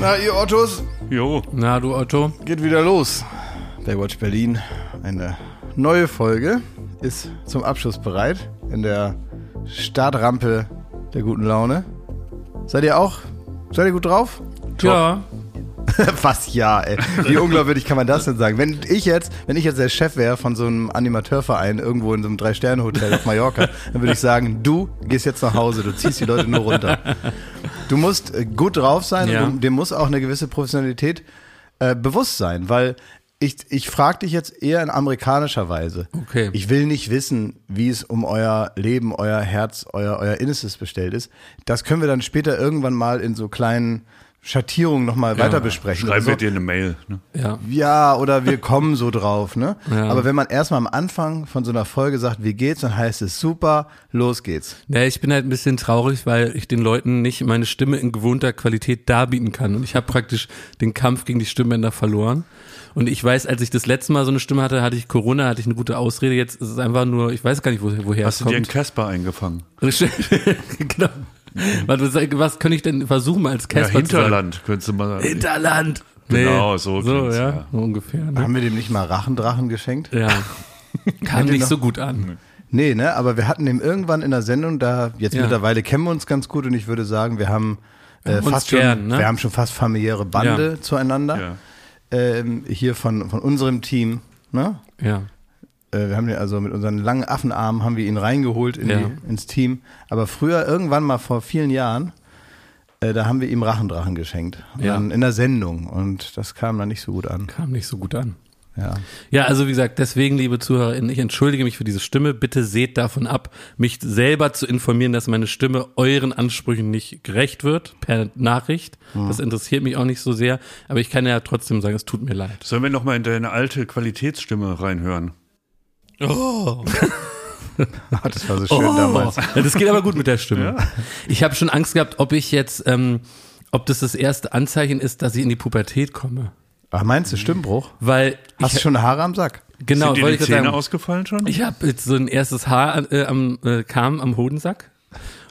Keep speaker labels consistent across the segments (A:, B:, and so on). A: Na, ihr Ottos,
B: Jo.
C: Na, du Otto?
A: geht wieder los. Baywatch Berlin, eine neue Folge ist zum Abschluss bereit in der Startrampe der guten Laune. Seid ihr auch? Seid ihr gut drauf?
C: Ja.
A: Fast ja, ey. Wie unglaubwürdig kann man das denn sagen? Wenn ich jetzt, wenn ich jetzt der Chef wäre von so einem Animateurverein irgendwo in so einem Drei-Sterne-Hotel auf Mallorca, dann würde ich sagen, du gehst jetzt nach Hause, du ziehst die Leute nur runter. Du musst äh, gut drauf sein
C: Ja.
A: und du- dir muss auch eine gewisse Professionalität äh, bewusst sein, weil ich, ich frage dich jetzt eher in amerikanischer Weise.
C: Okay.
A: Ich will nicht wissen, wie es um euer Leben, euer Herz, euer, euer Innerstes bestellt ist. Das können wir dann später irgendwann mal in so kleinen Schattierungen nochmal weiter besprechen.
B: Schreiben wir
A: oder so.
B: dir eine Mail. Ne?
C: Ja.
A: Ja, oder wir kommen so drauf, ne?
C: Ja.
A: Aber wenn man erstmal am Anfang von so einer Folge sagt, wie geht's, dann heißt es super, los geht's.
C: Nee, ich bin halt ein bisschen traurig, weil ich den Leuten nicht meine Stimme in gewohnter Qualität darbieten kann. Und ich habe praktisch den Kampf gegen die Stimmbänder verloren. Und ich weiß, als ich das letzte Mal so eine Stimme hatte, hatte ich Corona, hatte ich eine gute Ausrede. Jetzt ist es einfach nur, ich weiß gar nicht, wo, woher
B: Hast
C: es
B: du dir einen
C: kommt.
B: Casper eingefangen?
C: genau. Was, was könnte ich denn versuchen als
B: Ja,
C: Casper zu sagen?
B: Hinterland könntest du mal sagen.
C: Hinterland.
B: Genau, so
C: so
B: klingt's,
C: ja,
B: ja.
C: so ungefähr. Ne?
A: Haben wir dem nicht mal Rachendrachen geschenkt?
C: Ja. Kam
A: ihr
C: nicht
A: noch-
C: so gut an.
A: Nee, ne? Aber wir hatten den irgendwann in der Sendung, da jetzt
C: Ja.
A: mittlerweile kennen wir uns ganz gut und ich würde sagen, wir haben äh,
C: Uns
A: fast schon,
C: gern, ne?
A: wir haben schon fast familiäre Bande
C: Ja.
A: zueinander.
B: Ja.
A: Ähm, hier von, von unserem Team, ne?
C: Ja.
A: Äh, wir haben den also mit unseren langen Affenarmen haben wir ihn reingeholt in
C: Ja.
A: die, ins Team. Aber früher, irgendwann mal vor vielen Jahren, äh, da haben wir ihm Rachendrachen geschenkt. Und
C: Ja.
A: dann in der Sendung. Und das kam dann nicht so gut an.
C: Kam nicht so gut an.
A: Ja.
C: Ja, also wie gesagt, deswegen, liebe ZuhörerInnen, ich entschuldige mich für diese Stimme. Bitte seht davon ab, mich selber zu informieren, dass meine Stimme euren Ansprüchen nicht gerecht wird, per Nachricht. Das interessiert mich auch nicht so sehr. Aber ich kann ja trotzdem sagen, es tut mir leid.
B: Sollen wir nochmal in deine alte Qualitätsstimme reinhören?
C: Oh.
A: Das war so schön damals.
C: Ja, das geht aber gut mit der Stimme. Ich habe schon Angst gehabt, ob ich jetzt, ähm, ob das das erste Anzeichen ist, dass ich in die Pubertät komme.
A: Ach, meinst du Stimmbruch?
C: Weil
A: Hast du
C: ich,
A: schon Haare am Sack?
C: genau,
B: Sind dir
C: wollte
B: die
C: ich gerade
B: Zähne
C: sagen,
B: ausgefallen schon?
C: Ich habe jetzt so ein erstes Haar äh, am äh, kam am Hodensack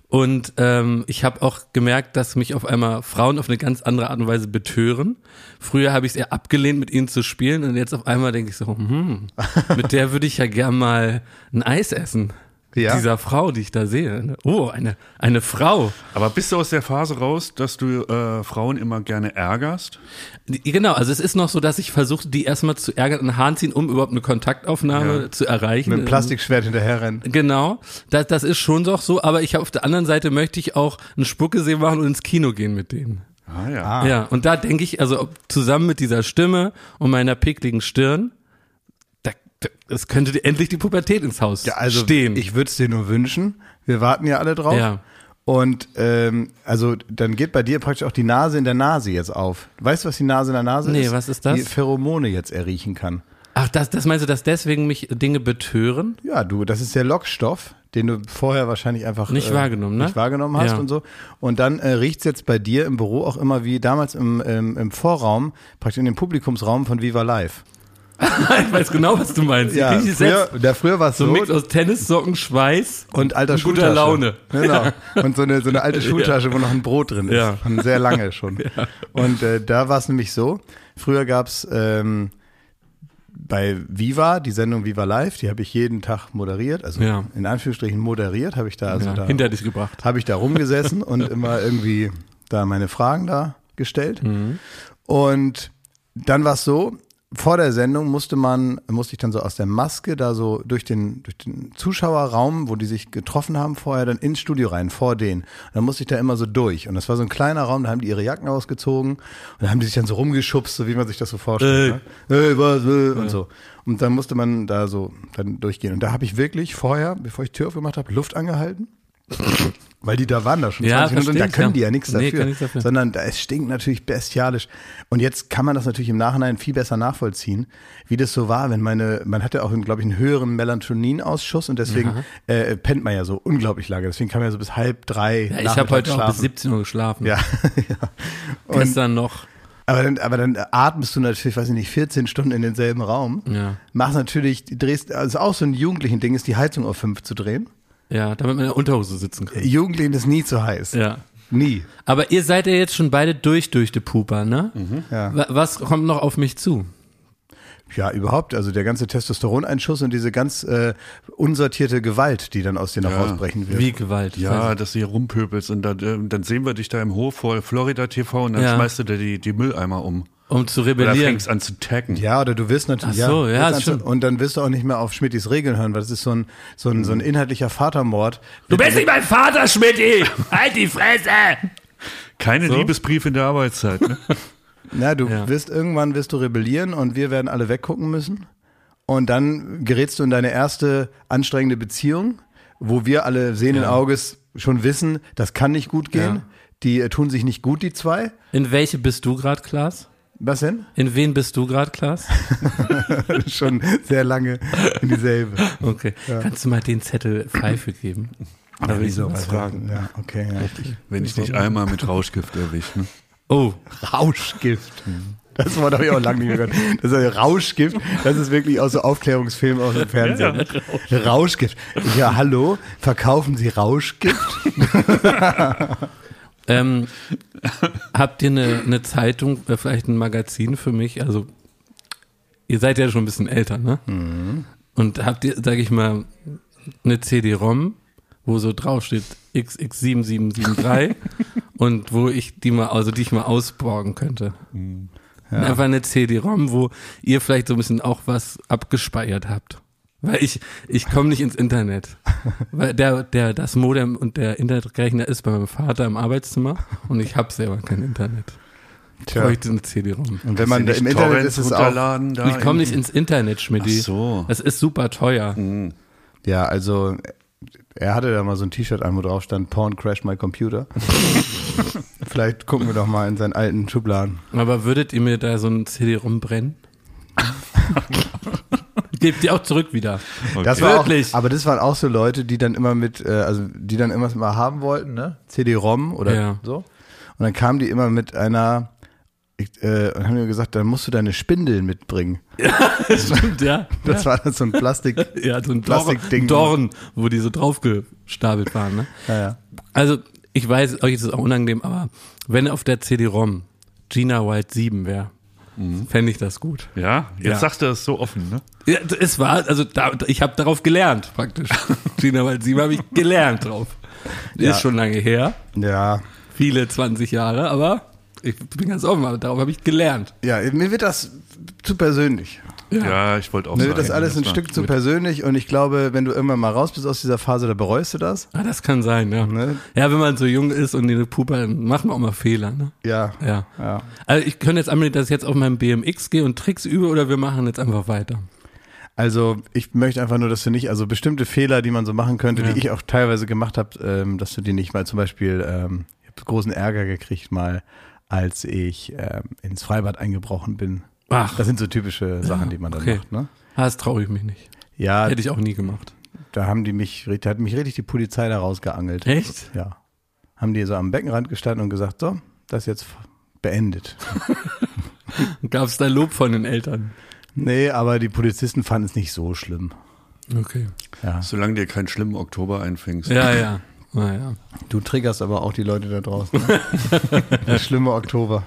C: und ähm, ich habe auch gemerkt, dass mich auf einmal Frauen auf eine ganz andere Art und Weise betören. Früher habe ich es eher abgelehnt, mit ihnen zu spielen und jetzt auf einmal denke ich so, hm, mit der würde ich ja gern mal ein Eis essen.
A: Ja.
C: Dieser Frau, die ich da sehe. Oh, eine eine Frau.
B: Aber bist du aus der Phase raus, dass du äh, Frauen immer gerne ärgerst?
C: Genau, also es ist noch so, dass ich versuche, die erstmal zu ärgern, einen Hahn ziehen, um überhaupt eine Kontaktaufnahme
B: Ja.
C: zu erreichen.
A: Mit dem Plastikschwert hinterherrennen.
C: Genau, das, das ist schon doch so, aber ich hab- auf der anderen Seite möchte ich auch einen Spuckesee machen und ins Kino gehen mit denen.
B: Ah ja.
A: Ah.
C: Ja, und da denke ich, also ob, zusammen mit dieser Stimme und meiner pickligen Stirn, da, da, es könnte die- endlich die Pubertät ins Haus
A: Ja, also
C: stehen.
A: ich würde es dir nur wünschen. Wir warten ja alle drauf.
C: Ja.
A: Und ähm, also dann geht bei dir praktisch auch die Nase in der Nase jetzt auf. Weißt du, was die Nase in der Nase
C: Nee,
A: ist?
C: was ist das?
A: Die Pheromone jetzt erriechen kann.
C: Ach, das, das meinst du, dass deswegen mich Dinge betören?
A: Ja, du, das ist der Lockstoff, den du vorher wahrscheinlich einfach äh,
C: Nicht wahrgenommen, ne?
A: nicht wahrgenommen hast
C: Ja.
A: und so. Und dann äh, riecht's jetzt bei dir im Büro auch immer wie damals im, im, im Vorraum, praktisch in dem Publikumsraum von Viva Live.
C: ich weiß genau, was du meinst.
A: Ja,
C: ich
A: früher, da früher war es
C: so
A: so,
C: ein Mix aus Tennissocken, Schweiß
A: und alter
C: und guter
A: Schultasche.
C: Laune.
A: Genau. Und so eine, so eine alte Schultasche, wo noch ein Brot drin ist.
C: Ja.
A: Von sehr lange schon. Und äh, da war es nämlich so, früher gab's ähm, bei Viva, die Sendung Viva Live, die habe ich jeden Tag moderiert, also
C: Ja.
A: in Anführungsstrichen moderiert, habe ich da also
C: ja,
A: da
C: hinter dich gebracht.
A: habe ich da rumgesessen und immer irgendwie da meine Fragen da
C: Mhm.
A: gestellt. Und dann war es so, vor der Sendung musste man, musste ich dann so aus der Maske da so durch den, durch den Zuschauerraum, wo die sich getroffen haben vorher, dann ins Studio rein, vor denen. Und dann musste ich da immer so durch. Und das war so ein kleiner Raum, da haben die ihre Jacken ausgezogen und da haben die sich dann so rumgeschubst, so wie man sich das so vorstellt. ne? Hey, was, äh, und so. Und dann musste man da so dann durchgehen. Und da habe ich wirklich vorher, bevor ich Tür aufgemacht habe, Luft angehalten. Weil die da waren da schon
C: Ja,
A: 20 Minuten, da
C: verstehe ich,
A: können
C: ja.
A: die ja nichts
C: Nee,
A: dafür,
C: kann nichts dafür.
A: Sondern da, es stinkt natürlich bestialisch. Und jetzt kann man das natürlich im Nachhinein viel besser nachvollziehen, wie das so war, wenn meine, man hatte auch, glaube ich, einen höheren Melatoninausschuss und deswegen äh, pennt man ja so unglaublich lange. Deswegen kann man ja so bis halb drei.
C: Ja, ich habe heute auch bis
A: schlafen.
C: 17 Uhr geschlafen.
A: Ja, ja. Und,
C: Gestern noch.
A: aber, dann, aber dann atmest du natürlich, weiß ich nicht, 14 Stunden in denselben Raum.
C: Ja.
A: Machst natürlich, drehst, also auch so ein jugendlichen Ding ist, die Heizung auf fünf zu drehen.
C: Ja, damit man in der Unterhose sitzen kann.
A: Jugendlichen ist nie zu heiß.
C: Ja.
A: Nie.
C: Aber ihr seid ja jetzt schon beide durch durch die Pupa, ne?
B: Mhm.
A: Ja.
C: Wa- Was kommt noch auf mich zu?
A: Ja, überhaupt. Also der ganze Testosteroneinschuss und diese ganz äh, unsortierte Gewalt, die dann aus dir noch rausbrechen wird.
C: Wie Gewalt.
B: Ja, dass du hier rumpöbelst und dann, äh, dann sehen wir dich da im Hof vor Florida TV und dann
C: Ja.
B: schmeißt du dir die, die Mülleimer um.
C: Um zu
B: Oder
C: rebellieren.
B: fängst an zu taggen.
A: Ja, oder du wirst natürlich.
C: Ach so, ja,
A: wirst
C: ist schlimm.
A: und dann wirst du auch nicht mehr auf Schmittis Regeln hören, weil das ist so ein, so ein,
C: Mhm.
A: so ein inhaltlicher Vatermord.
C: Du bist nicht mein Vater, Schmidti! Halt die Fresse!
B: Keine Liebesbriefe in der Arbeitszeit. Ne?
A: Na, du
C: Ja.
A: wirst irgendwann wirst du rebellieren und wir werden alle weggucken müssen. Und dann gerätst du in deine erste anstrengende Beziehung, wo wir alle sehenden Auges schon wissen, das kann nicht gut gehen.
C: Ja.
A: Die äh, tun sich nicht gut, die zwei.
C: In welche bist du gerade, Klaas?
A: Was denn?
C: In wen bist du gerade, Klaas?
A: schon sehr lange in dieselbe.
C: Okay. Kannst du mal den Zettel Pfeife geben? Da will ich noch was fragen.
A: Ja, okay. Ja.
B: Wenn ich dich einmal mit Rauschgift erwische. Ne?
C: Oh,
A: Rauschgift. Das Wort habe ich auch lange nicht mehr gehört. Das ist ein Rauschgift. Das ist wirklich aus so Aufklärungsfilmen aus dem Fernsehen. Rauschgift. Ja, hallo? Verkaufen Sie Rauschgift?
C: Ähm, habt ihr eine, eine Zeitung, äh, vielleicht ein Magazin für mich? Also, ihr seid ja schon ein bisschen älter, ne? Und habt ihr, sag ich mal, eine CD-ROM, wo so drauf steht XX7773 und wo ich die mal, also die ich mal ausborgen könnte? Einfach eine CD-ROM, wo ihr vielleicht so ein bisschen auch was abgespeichert habt. Weil ich, ich komme nicht ins Internet. Weil der, der, das Modem und der Internetrechner ist bei meinem Vater im Arbeitszimmer und ich habe selber kein Internet.
A: Tja.
C: Bräuchte eine CD-ROM.
A: Und wenn man
B: Dir nicht
A: im Internet
B: Torrents
A: ist es auch.
B: runterladen da
C: Ich komme
B: in-
C: nicht ins Internet, Schmidti.
B: Ach so.
C: Das ist super teuer.
A: Ja, also er hatte da mal so ein T-Shirt an, wo drauf stand, Porn Crash My Computer. Vielleicht gucken wir doch mal in seinen alten Schubladen.
C: Aber würdet ihr mir da so ein CD-ROM brennen? Gebt die auch zurück wieder.
A: Das war
C: Wirklich?
A: Auch, aber das waren auch so Leute, die dann immer mit, äh, also die dann immer mal haben wollten, ne? CD-ROM oder
C: Ja.
A: so. Und dann kamen die immer mit einer, ich, äh, und haben mir gesagt, dann musst du deine Spindeln mitbringen.
C: Stimmt, ja.
A: Das war dann so ein Plastik.
C: Ja, so ein Dorn,
A: Plastikding.
C: Dorn, wo die so draufgestapelt waren. Ne?
A: ja, ja.
C: Also, ich weiß, euch ist es auch unangenehm, aber wenn auf der CD-ROM Gina White 7 wäre, fände ich das gut.
B: Ja, jetzt
C: Ja.
B: sagt er es so offen. Ne?
C: Ja, d- es war, also da, ich habe darauf gelernt, praktisch. Gina White 7 habe ich gelernt drauf.
A: Ja.
C: Ist schon lange her,
A: ja.
C: viele 20 Jahre, aber ich bin ganz offen, aber darauf habe ich gelernt.
A: Ja, mir wird das zu persönlich.
B: Ja, ich wollte auch
A: Mir
B: sagen.
A: wird Ne, das alles ein
B: war-
A: Stück zu persönlich und ich glaube, wenn du irgendwann mal raus bist aus dieser Phase, da bereust du das.
C: Ah, das kann sein, ja.
A: Ne?
C: Ja, wenn man so jung ist und eine Pupa, dann macht man auch mal Fehler, ne?
A: Ja.
C: Ja.
A: Ja.
C: Also ich könnte jetzt anmelden, dass ich jetzt auf meinem BMX gehe und Tricks übe oder wir machen jetzt einfach weiter.
A: Also ich möchte einfach nur, dass du nicht, also bestimmte Fehler, die man so machen könnte,
C: Ja.
A: die ich auch teilweise gemacht habe, ähm, dass du die nicht mal zum Beispiel, ähm, ich habe großen Ärger gekriegt mal, als ich ähm, ins Freibad eingebrochen bin.
C: Ach.
A: Das sind so typische Sachen, die man dann
C: okay.
A: macht, ne?
C: Ah, das traue ich mich nicht.
A: Ja,
C: Hätte ich auch nie gemacht.
A: da haben die mich, da hat mich richtig die Polizei da rausgeangelt.
C: Echt?
A: Ja. Haben die so am Beckenrand gestanden und gesagt, so, das ist jetzt beendet.
C: Gab es da Lob von den Eltern?
A: nee, aber die Polizisten fanden es nicht so schlimm.
C: Okay.
A: Ja.
B: Solange dir keinen schlimmen Oktober einfängst.
C: Ja, ja. Naja.
A: Du triggerst aber auch die Leute da draußen. Ne? Der schlimme Oktober.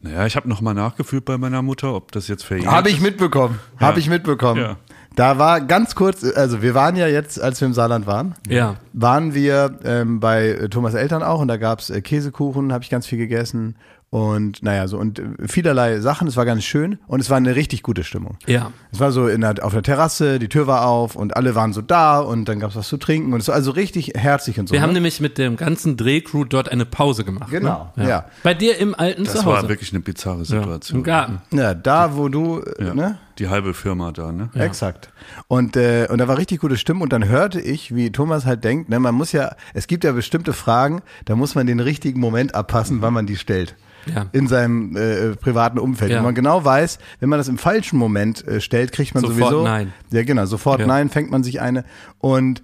B: Naja, ich habe nochmal nachgefühlt bei meiner Mutter, ob das jetzt verjährt
A: Habe ich mitbekommen. Habe ich mitbekommen.
B: Ja.
A: Da war ganz kurz, also wir waren ja jetzt, als wir im Saarland waren,
C: Ja.
A: waren wir ähm, bei äh, Thomas Eltern auch und da gab's äh, Käsekuchen, habe ich ganz viel gegessen und naja, so und äh, vielerlei Sachen. Es war ganz schön und es war eine richtig gute Stimmung.
C: Ja.
A: Es war so in der, auf der Terrasse, die Tür war auf und alle waren so da und dann gab's was zu trinken und es war also richtig herzlich und so.
C: Wir haben
A: ne?
C: nämlich mit dem ganzen Drehcrew dort eine Pause gemacht.
A: Genau,
C: Ne?
A: ja.
C: Bei dir im alten
B: Das
C: Zuhause.
B: war wirklich eine bizarre
C: ja,
B: Situation.
C: Im Garten.
A: ja, da wo du, äh,
B: Ja.
A: ne?
B: Die halbe Firma da, ne?
A: Exakt. Und, äh, und da war richtig gute Stimme und dann hörte ich, wie Thomas halt denkt, ne, man muss ja, es gibt ja bestimmte Fragen, da muss man den richtigen Moment abpassen, wann man die stellt.
C: Ja.
A: In seinem äh, privaten Umfeld.
C: Ja.
A: Wenn man genau weiß, wenn man das im falschen Moment äh, stellt, kriegt man
C: Sofort
A: sowieso.
C: Nein.
A: Ja, genau, sofort
C: Ja.
A: nein, fängt man sich eine. Und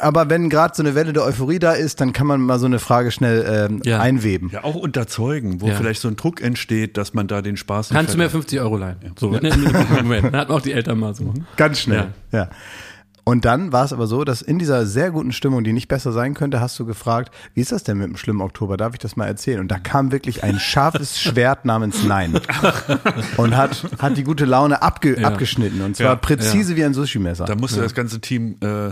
A: aber wenn gerade so eine Welle der Euphorie da ist, dann kann man mal so eine Frage schnell ähm,
C: Ja.
A: einweben.
B: Ja, auch unterzeugen, wo
C: Ja.
B: vielleicht so ein Druck entsteht, dass man da den Spaß nicht
C: Kannst du mir
B: verliert.
A: Mhm.
C: 50 Euro leihen? So, ne, ne, Moment. Da hatten auch die Eltern mal so.
A: Ganz schnell. Ja. und dann war es aber so, dass in dieser sehr guten Stimmung, die nicht besser sein könnte, hast du gefragt, wie ist das denn mit dem schlimmen Oktober? Darf ich das mal erzählen? Und da kam wirklich ein scharfes Schwert namens Nein und hat, hat die gute Laune abge,
C: Ja.
A: abgeschnitten und zwar
B: Ja,
A: präzise wie ein Sushi-Messer.
B: Da musste das ganze Team äh,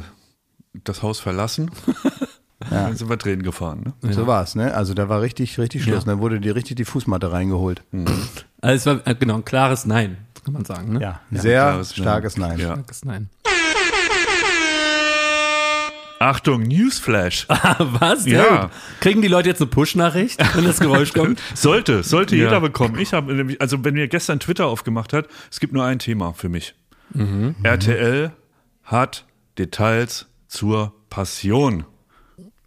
B: das Haus verlassen. Dann sind wir Tränen gefahren. Ne?
A: So war's, ne? Also da war richtig, richtig Schluss.
C: Ja.
A: Da wurde dir richtig die Fußmatte reingeholt.
C: Also es war äh, genau ein klares Nein, kann man sagen. Ne?
A: Ja, sehr
B: klares Nein.
A: starkes Nein.
B: Ja.
C: Klares Nein.
B: Achtung, Newsflash.
C: Was? Sehr
B: Ja.
C: gut. Kriegen die Leute jetzt eine Push-Nachricht, wenn das Geräusch kommt?
B: Sollte, sollte
C: Ja.
B: jeder bekommen. Ich habe nämlich, also wenn mir gestern Twitter aufgemacht hat, es gibt nur ein Thema für mich.
C: Mhm.
B: RTL hat Details zur Passion.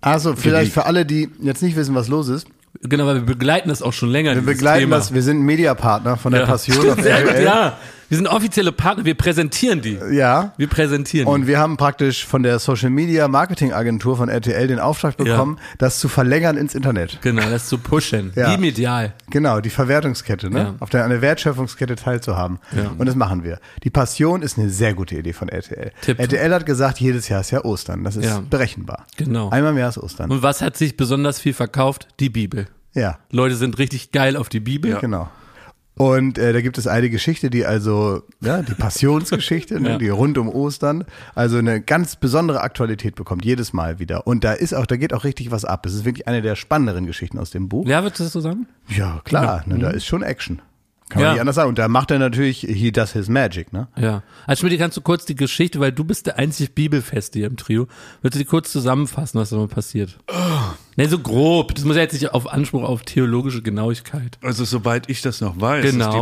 A: Also vielleicht für alle, die jetzt nicht wissen, was los ist.
C: Genau, weil wir begleiten das auch schon länger.
A: Wir
C: dieses
A: begleiten
C: Thema.
A: das, wir sind Mediapartner von der
C: Ja.
A: Passion auf
C: Sehr gut,
A: RTL.
C: ja. Wir sind offizielle Partner, wir präsentieren die.
A: Äh, ja.
C: Wir präsentieren
A: Und wir haben praktisch von der Social Media Marketing Agentur von RTL den Auftrag bekommen, das zu verlängern ins Internet.
C: die. Genau, das zu pushen.
A: Ja.
C: Wie medial.
A: Genau, die Verwertungskette, ne?
C: Ja.
A: Auf der, an der Wertschöpfungskette teilzuhaben. Und das machen wir. Die Passion ist eine sehr gute Idee von RTL.
C: Tipp.
A: RTL hat gesagt, jedes Jahr ist ja Ostern. Das ist
C: Ja.
A: berechenbar.
C: Genau.
A: Einmal im Jahr ist Ostern.
C: Und was hat sich besonders viel verkauft? Die Bibel.
A: ja.
C: Leute sind richtig geil auf die Bibel.
A: Genau. Und äh, da gibt es eine Geschichte, die also, ja, die Passionsgeschichte, ne,
C: Ja.
A: die rund um Ostern, also eine ganz besondere Aktualität bekommt, jedes Mal wieder. Und da ist auch, da geht auch richtig was ab. Es ist wirklich eine der spannenderen Geschichten aus dem Buch. Ja,
C: Ja, würdest du das so sagen?
A: klar, ne, da ist schon Action. Kann man
C: Ja.
A: nicht anders sagen. Und da macht er natürlich, he does his magic, ne?
C: Ja. Also Schmidt, kannst du kurz die Geschichte, weil du bist der einzig Bibelfeste hier im Trio. Würdest du die kurz zusammenfassen, was da mal passiert? Nee, so grob. Das muss ja jetzt nicht auf Anspruch auf theologische Genauigkeit.
B: Also soweit ich das noch weiß, ist
C: Genau.
B: die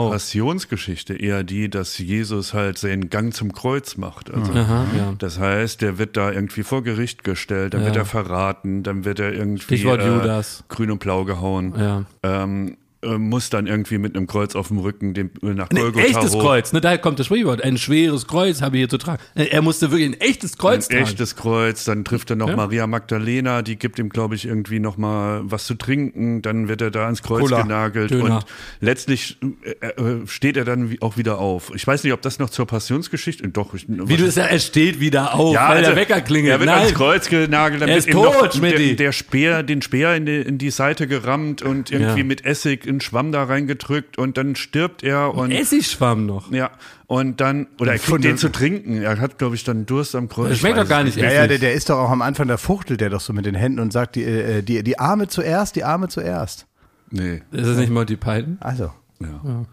B: Passionsgeschichte eher die, dass Jesus halt seinen Gang zum Kreuz macht. Also
C: Aha, Ah, ja.
B: Das heißt, der wird da irgendwie vor Gericht gestellt, dann wird er verraten, dann wird er irgendwie äh,
C: Stichwort Judas.
B: grün und blau gehauen.
C: Ja.
B: Ähm, äh, muss dann irgendwie mit einem Kreuz auf dem Rücken dem, nach
C: Ein
B: Golgotha
C: echtes
B: hoch.
C: Kreuz, ne? Daher kommt das Sprichwort. Ein schweres Kreuz habe ich hier zu tragen. Äh, Er musste wirklich ein echtes Kreuz
B: ein
C: tragen.
B: echtes Kreuz, dann trifft er noch Maria Magdalena, die gibt ihm, glaube ich, irgendwie noch mal was zu trinken, dann wird er da ans Kreuz
A: Cola.
B: genagelt
C: Döner.
B: und letztlich äh, äh, steht er dann wie- auch wieder auf. Ich weiß nicht, ob das noch zur Passionsgeschichte, doch. Ich, also
C: Wie du es ja, er steht wieder auf, weil der Wecker klingelt.
B: Er wird
C: Nein.
B: ans Kreuz genagelt, dann
C: Er
B: wird
C: ist
B: ihm noch
C: tot, Schmidti.
B: der, der Speer, den Speer in die, in die Seite gerammt und irgendwie
C: Ja.
B: mit Essig in Schwamm da reingedrückt und dann stirbt er und
C: Essigschwamm noch.
B: ja, und dann, oder er
A: Funde.
B: kriegt den zu trinken. Er hat, glaube ich, dann Durst am Kreuz.
C: Das
B: Ich
C: schmeckt
B: weiß
C: doch gar
B: es
C: nicht
A: Ja,
C: essig.
A: ja, der, der ist doch auch am Anfang, da fuchtelt der doch so mit den Händen und sagt, die, äh, die, die Arme zuerst, die Arme zuerst.
B: Nee.
C: Ist das nicht Monty Python?
A: Also.
B: Ja.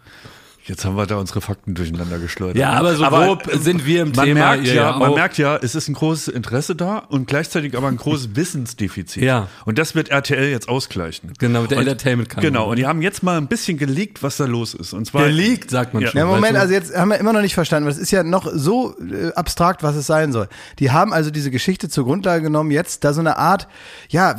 B: Jetzt haben wir da unsere Fakten durcheinander geschleudert.
C: Ja, aber so grob
B: äh,
C: sind wir im
B: man
C: Thema.
B: Merkt
C: ihr
B: ja,
C: ja Oh.
B: man
C: auch.
B: merkt ja, es ist ein großes Interesse da und gleichzeitig aber ein großes Wissensdefizit.
C: Ja.
B: Und das wird RTL jetzt ausgleichen.
C: Genau, mit der
B: Und-
C: Entertainment-Kanal.
B: Genau, und die haben jetzt mal ein bisschen geleakt, was da los ist. Und zwar
C: Geleakt, sagt man
B: Ja.
C: schon.
A: Ja, Moment,
C: weißt
A: also jetzt haben wir immer noch nicht verstanden, weil es ist ja noch so äh, abstrakt, was es sein soll. Die haben also diese Geschichte zur Grundlage genommen, jetzt da so eine Art, ja,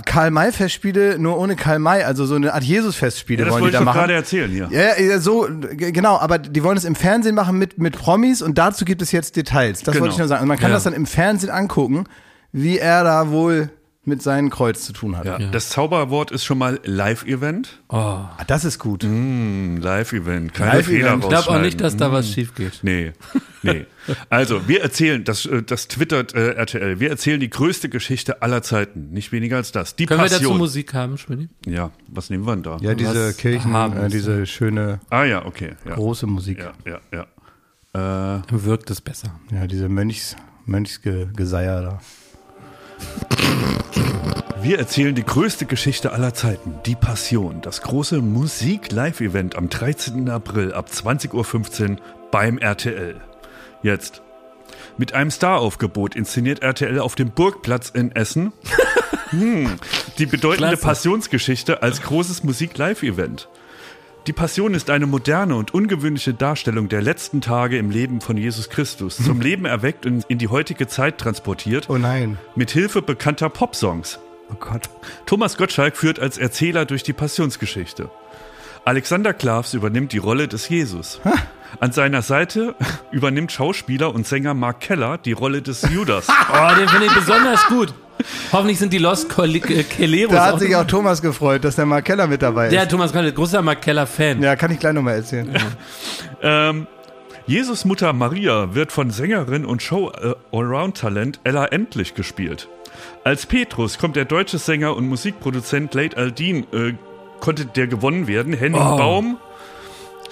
A: Karl-May-Festspiele, nur ohne Karl-May, also so eine Art Jesus-Festspiele
B: Ja, das
A: wollen die
B: wollte
A: da
B: ich doch
A: machen.
B: gerade erzählen hier.
A: ja, ja, ja, so, g- genau, aber die wollen es im Fernsehen machen mit, mit Promis und dazu gibt es jetzt Details. Das
B: Genau.
A: wollte ich nur sagen. Und man kann
C: Ja.
A: das dann im Fernsehen angucken, wie er da wohl mit seinem Kreuz zu tun hat.
B: Ja. Das Zauberwort ist schon mal Live-Event.
A: Ah, das ist gut.
B: Hm, Live-Event, keine
A: Live-Event.
B: Fehler
C: Ich glaube auch
B: rausschneiden.
C: nicht, dass da was schief geht.
B: Nee, nee. Also, wir erzählen, das, äh, das twittert äh, RTL, wir erzählen die größte Geschichte aller Zeiten. Nicht weniger als das. Die
C: Können wir dazu
B: Passion.
C: Musik haben, Schmidt?
B: ja, was nehmen wir denn da?
A: Ja, diese
C: Was
A: Kirchen,
C: haben
A: äh,
C: sie?
A: diese schöne,
B: Ah ja, okay. Ja,
A: große Musik.
B: ja, ja. ja. Äh,
C: Wirkt es besser.
A: Ja, diese Mönchs, Mönchsgeseier da.
B: wir erzählen die größte Geschichte aller Zeiten. Die Passion. Das große Musik-Live-Event am 13. April ab 20.15 Uhr beim RTL. Jetzt. Mit einem Star-Aufgebot inszeniert RTL auf dem Burgplatz in Essen Hm. die bedeutende
C: Klasse.
B: Passionsgeschichte als großes Musik-Live-Event. Die Passion ist eine moderne und ungewöhnliche Darstellung der letzten Tage im Leben von Jesus Christus, zum Leben erweckt und in die heutige Zeit transportiert.
A: Oh nein.
B: mit Hilfe bekannter Popsongs.
A: Oh Gott.
B: Thomas Gottschalk führt als Erzähler durch die Passionsgeschichte. Alexander Klavs übernimmt die Rolle des Jesus. An seiner Seite übernimmt Schauspieler und Sänger Mark Keller die Rolle des Judas.
C: Oh, den finde ich besonders gut. Hoffentlich sind die Los Col äh, Caleros
A: Da hat sich auch Thomas gefreut, dass der Mark Keller mit dabei ist.
C: Der Thomas Kolle, großer Mark Keller-Fan.
A: ja, kann ich gleich nochmal erzählen.
B: ähm, Jesus Mutter Maria wird von Sängerin und Show-Around-Talent Ella Endlich gespielt. Als Petrus kommt der deutsche Sänger und Musikproduzent Late Aldin, äh, konnte der gewonnen werden. Henning
C: Oh.
B: Baum,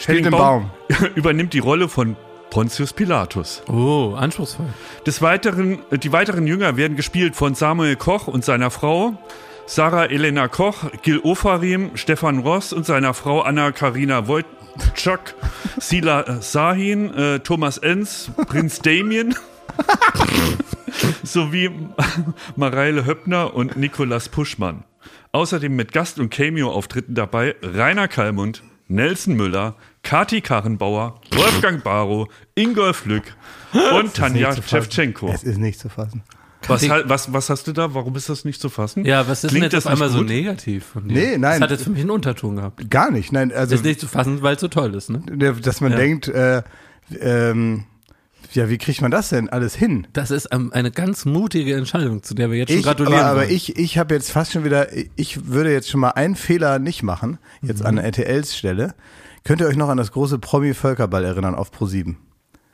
A: Henning Baum.
B: übernimmt die Rolle von Pontius Pilatus.
C: Oh, anspruchsvoll.
B: Des Weiteren, äh, die weiteren Jünger werden gespielt von Samuel Koch und seiner Frau, Sarah Elena Koch, Gil Ofarim, Stefan Ross und seiner Frau Anna Karina Wojtschak, Sila äh, Sahin, äh, Thomas Enz, Prinz Damien sowie Mareile Höppner und Nikolas Puschmann. Außerdem mit Gast- und Cameo-Auftritten dabei Rainer Kallmund, Nelson Müller, Kati Karrenbauer, Wolfgang Barrow, Ingolf Lück und Tanja
A: nicht zu fassen.
B: Shevchenko.
A: Es ist nicht zu fassen.
B: Was,
C: ich-
B: halt- was, was hast du da? Warum ist das nicht zu fassen?
C: Ja, was ist
B: Klingt
C: denn jetzt
B: das
C: auf einmal
B: nicht
C: so
B: gut?
C: negativ von dir?
A: Nee, nein.
C: Das hat jetzt für mich einen Unterton gehabt.
A: Gar nicht. Nein, also
C: Das ist nicht zu fassen, weil es so toll ist, ne?
A: der- dass man denkt, äh, ähm, ja, wie kriegt man das denn alles hin?
C: Das ist ähm, eine ganz mutige Entscheidung, zu der wir jetzt schon
A: Ich,
C: gratulieren.
A: aber, aber
C: wollen.
A: ich, ich habe jetzt fast schon wieder, ich würde jetzt schon mal einen Fehler nicht machen, jetzt an RTLs Stelle. Könnt ihr euch noch an das große Promi-Völkerball erinnern auf Pro7?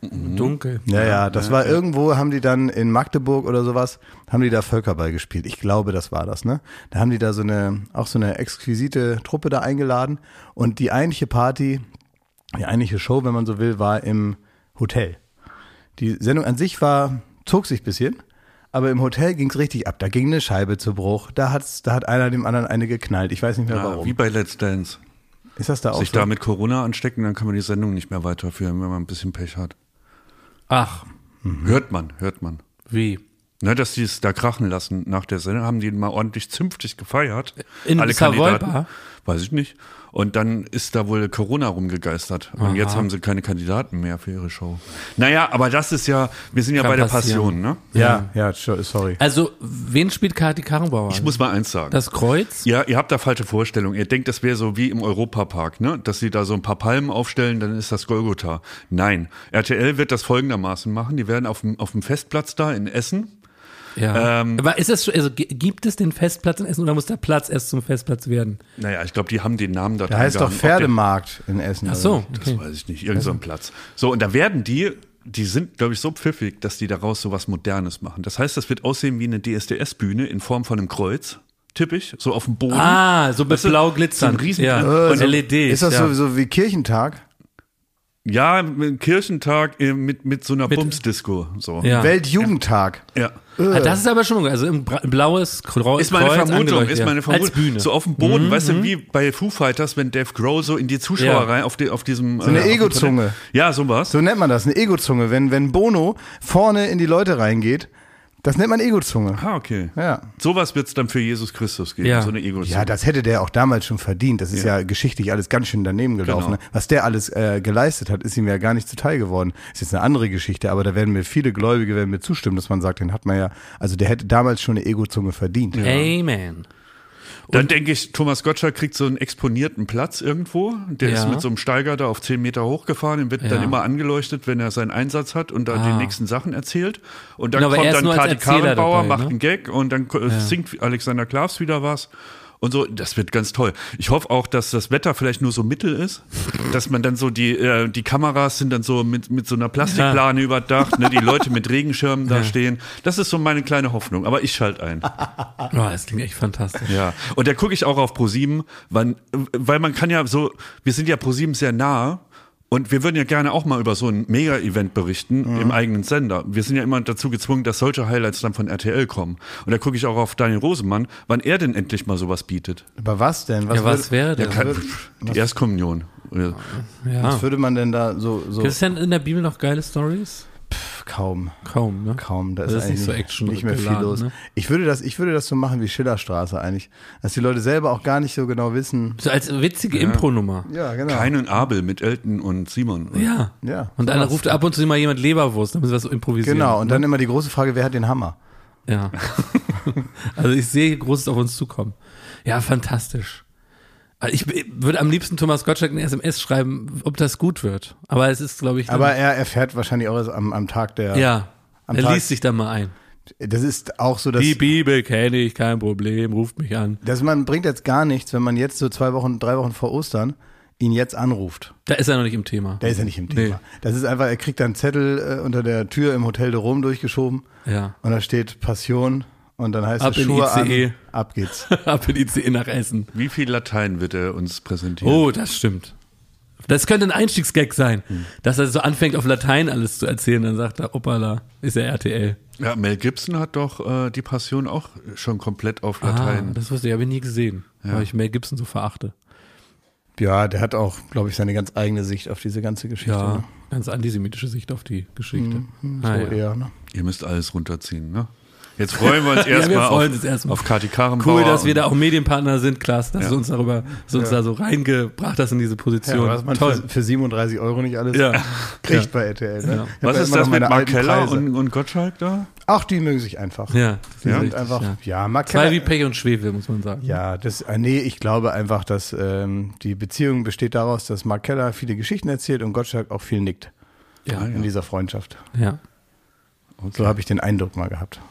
C: Mhm. Dunkel.
A: Ja, ja, das war irgendwo, haben die dann in Magdeburg oder sowas, haben die da Völkerball gespielt. Ich glaube, das war das, ne? Da haben die da so eine, auch so eine exquisite Truppe da eingeladen. Und die eigentliche Party, die eigentliche Show, wenn man so will, war im Hotel. Die Sendung an sich war, zog sich ein bisschen, aber im Hotel ging's richtig ab. Da ging eine Scheibe zu Bruch, da, hat's, da hat einer dem anderen eine geknallt. Ich weiß nicht mehr
B: Ah,
A: warum.
B: wie bei Let's Dance.
A: Ist das da auch
B: Sich
A: so?
B: da mit Corona anstecken, dann kann man die Sendung nicht mehr weiterführen, wenn man ein bisschen Pech hat.
C: Ach, Mhm.
B: Hört man, hört man.
C: wie?
B: Ne, dass die es da krachen lassen nach der Sendung, haben die mal ordentlich zünftig gefeiert.
C: In Savoy Bar?
B: Weiß ich nicht. Und dann ist da wohl Corona rumgegeistert. Und jetzt haben sie keine Kandidaten mehr für ihre Show. Naja, aber das ist ja, wir sind ja
C: Kann
B: bei der
C: passieren.
B: Passion, ne?
A: Ja, ja, sure, sorry.
C: Also, wen spielt Kati Karrenbauer?
B: Ich muss mal eins sagen.
C: das Kreuz?
B: Ja, ihr habt da falsche Vorstellungen. Ihr denkt, das wäre so wie im Europapark, ne? Dass sie da so ein paar Palmen aufstellen, dann ist das Golgotha. Nein. RTL wird das folgendermaßen machen. Die werden auf dem, auf dem Festplatz da in Essen.
C: Ja.
B: Ähm,
C: aber ist das schon, also gi- gibt es den Festplatz in Essen oder muss der Platz erst zum Festplatz werden?
B: Naja, ich glaube, die haben den Namen da
A: Da
B: dran
A: heißt doch
B: gehangen. Ob der-
A: Pferdemarkt in Essen.
C: Ach so,
B: Das weiß ich nicht. Irgend so ein Platz. So, und da werden die, die sind, glaube ich, so pfiffig, dass die daraus so was Modernes machen. Das heißt, das wird aussehen wie eine DSDS-Bühne in Form von einem Kreuz. Tippig, so auf dem Boden.
C: Ah, so mit
B: Weißt du,
C: blau
B: so ein
C: glitzern.
B: Riesen-
C: ja. E
B: Äh,
C: Und
B: so-
C: LEDs.
A: Ist das
C: ja.
A: so wie Kirchentag?
B: Ja, mit Kirchentag äh, mit, mit so einer
C: Mit-
B: Bumsdisco. So.
C: Ja.
A: Weltjugendtag.
B: ja.
C: Ah, das ist aber schon, also im Bra- blaues Kreuz.
B: Ist meine
C: Kreuz
B: Vermutung,
C: angedeutet,
B: ist
C: ja.
B: meine Vermutung.
C: Als Bühne. Mhm,
B: So auf dem Boden, weißt du, wie bei Foo Fighters, wenn Dave Grohl so in die Zuschauer
C: Ja.
B: rein, auf, die, auf diesem. So
A: eine Egozunge.
B: Ja, sowas.
A: So nennt man das, eine Egozunge. Wenn, wenn Bono vorne in die Leute reingeht, das nennt man Egozunge.
B: Ah, okay.
A: Ja.
B: Sowas wird es dann für Jesus Christus geben,
C: Ja.
B: so eine Egozunge.
A: Ja, das hätte der auch damals schon verdient. Das ist ja, geschichtlich alles ganz schön daneben gelaufen.
B: Genau.
A: ne? Was der alles äh, geleistet hat, ist ihm ja gar nicht zuteil geworden. Ist jetzt eine andere Geschichte, aber da werden mir viele Gläubige werden mir zustimmen, dass man sagt, den hat man ja, also der hätte damals schon eine Egozunge verdient.
C: Amen.
B: Dann denke ich, Thomas Gottschalk kriegt so einen exponierten Platz irgendwo. Der
C: Ja.
B: ist mit so einem Steiger da auf 10 Meter hochgefahren und wird
C: Ja.
B: dann immer angeleuchtet, wenn er seinen Einsatz hat und dann
C: Ah.
B: die nächsten Sachen erzählt. Und dann
C: Genau, aber er
B: kommt
C: ist
B: dann
C: nur als
B: Kadi
C: Erzähler
B: Karrenbauer,
C: dabei,
B: macht
C: ne?
B: einen Gag und dann äh, singt Alexander Klavs wieder was. Und so, das wird ganz toll. Ich hoffe auch, dass das Wetter vielleicht nur so mittel ist, dass man dann so die, äh, die Kameras sind dann so mit, mit so einer Plastikplane überdacht, ne, die Leute mit Regenschirmen da stehen. Das ist so meine kleine Hoffnung, aber ich schalte ein. Ah.
C: Oh, das klingt echt fantastisch.
B: Ja, und da gucke ich auch auf ProSieben, wann, weil man kann ja so, wir sind ja ProSieben sehr nah und wir würden ja gerne auch mal über so ein Mega-Event berichten
C: Mhm.
B: im eigenen Sender. Wir sind ja immer dazu gezwungen, dass solche Highlights dann von RTL kommen. Und da gucke ich auch auf Daniel Rosemann, wann er denn endlich mal sowas bietet.
A: Aber was denn? Was,
C: Ja, was
A: würde,
C: wäre das?
B: Kann,
A: wird-
B: die Erstkommunion. Oder-
C: Ja.
A: was würde man denn da so, so
C: Gibt es denn in der Bibel noch geile Stories?
A: kaum?
C: Kaum, ne?
A: Kaum, da ist,
C: Das ist
A: eigentlich
C: nicht so action-
A: nicht mehr viel
C: geladen,
A: los.
C: ne?
A: Ich, würde das, ich würde das so machen wie Schillerstraße eigentlich, dass die Leute selber auch gar nicht so genau wissen.
C: So als witzige Impro-Nummer.
A: Ja, genau.
B: Kain und Abel mit Elton und Simon.
C: Ja.
A: Ja.
C: Und einer ruft ab und zu mal jemand Leberwurst, dann müssen wir so improvisieren.
A: genau, und dann immer die große Frage, wer hat den Hammer?
C: Ja. also ich sehe Großes auf uns zukommen. Ja, fantastisch. Also Ich b- würde am liebsten Thomas Gottschalk eine SMS schreiben, ob das gut wird. Aber es ist, glaube ich, dann-
A: Aber er erfährt wahrscheinlich auch erst am, am Tag der.
C: ja.
A: Am
C: Er
A: Tag-
C: liest sich da mal ein.
A: Das ist auch so, dass,
C: Die Bibel kenne ich, kein Problem, ruft mich an.
A: dass man bringt jetzt gar nichts, wenn man jetzt so zwei Wochen, drei Wochen vor Ostern
D: ihn jetzt anruft.
C: Da ist er noch nicht im Thema.
D: Der ist ja nicht im
C: Nee.
D: Thema. Das ist einfach, er kriegt dann einen Zettel äh, unter der Tür im Hotel de Rom durchgeschoben
C: Ja.
D: und da steht Passion und dann heißt
C: Ab
D: es
C: in E.
D: Schuhe
C: ICE.
D: an, ab geht's.
C: Ab in die ICE nach Essen.
B: Wie viel Latein wird er uns präsentieren?
C: Oh, das stimmt. Das könnte ein Einstiegsgag sein, dass er so anfängt, auf Latein alles zu erzählen. Dann sagt er, opala, ist er RTL.
B: Ja, Mel Gibson hat doch äh, die Passion auch schon komplett auf
C: Ah,
B: Latein.
C: das wusste ich, habe ich nie gesehen, weil ich Mel Gibson so verachte.
D: Ja, der hat auch, glaube ich, seine ganz eigene Sicht auf diese ganze Geschichte.
C: Ja,
D: ne?
C: ganz antisemitische Sicht auf die Geschichte.
D: So
C: Ah, ja.
D: eher, ne?
B: Ihr müsst alles runterziehen, ne? Jetzt freuen wir uns
C: Ja, wir
B: erstmal
C: freuen
B: auf,
C: uns erstmal.
B: auf Kati Karrenbauer.
C: Cool, dass wir
B: und-
C: da auch Medienpartner sind, Klaas, dass
B: Ja.
C: du uns darüber, dass du uns da so reingebracht hast in diese
D: Ja,
C: Position.
D: was man
C: Toll.
D: für, für 37 Euro nicht alles
C: Ja.
D: kriegt
C: Ja.
D: bei RTL. Ne?
C: Ja.
D: Ich hab
B: Was
D: ja
B: ist
D: immer
B: das
D: noch
B: mit
D: meine
B: Mark
D: alten
B: Keller
D: Preise.
B: und, und Gottschalk da?
D: Auch die mögen sich einfach.
C: Ja, das ist
D: Die sind
C: richtig,
D: einfach,
C: ja.
D: ja, Mark
C: Zwei
D: Keller.
C: wie Pech und Schwefel, muss man sagen.
D: Ja, das, äh, nee, ich glaube einfach, dass ähm, die Beziehung besteht daraus, dass Mark Keller viele Geschichten erzählt und Gottschalk auch viel nickt
C: ja.
D: in dieser Freundschaft.
C: ja.
B: Okay.
D: So habe ich den Eindruck mal gehabt.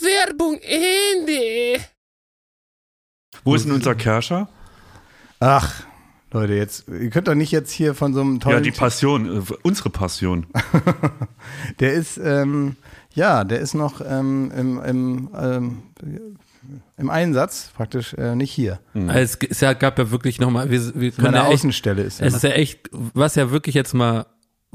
E: Werbung Ende.
B: Wo ist denn unser Kerscher?
D: Ach, Leute, jetzt, ihr könnt doch nicht jetzt hier von so einem
B: Ja, die Passion, äh, unsere Passion.
D: Der ist, ähm, ja, der ist noch ähm, im, im, ähm, im Einsatz, praktisch äh, nicht hier.
C: Also Es, g- es ja- gab ja wirklich nochmal, wir, wir können
D: Meine
C: ja echt,
D: Außenstelle ist
C: es ist ja echt, was ja wirklich jetzt mal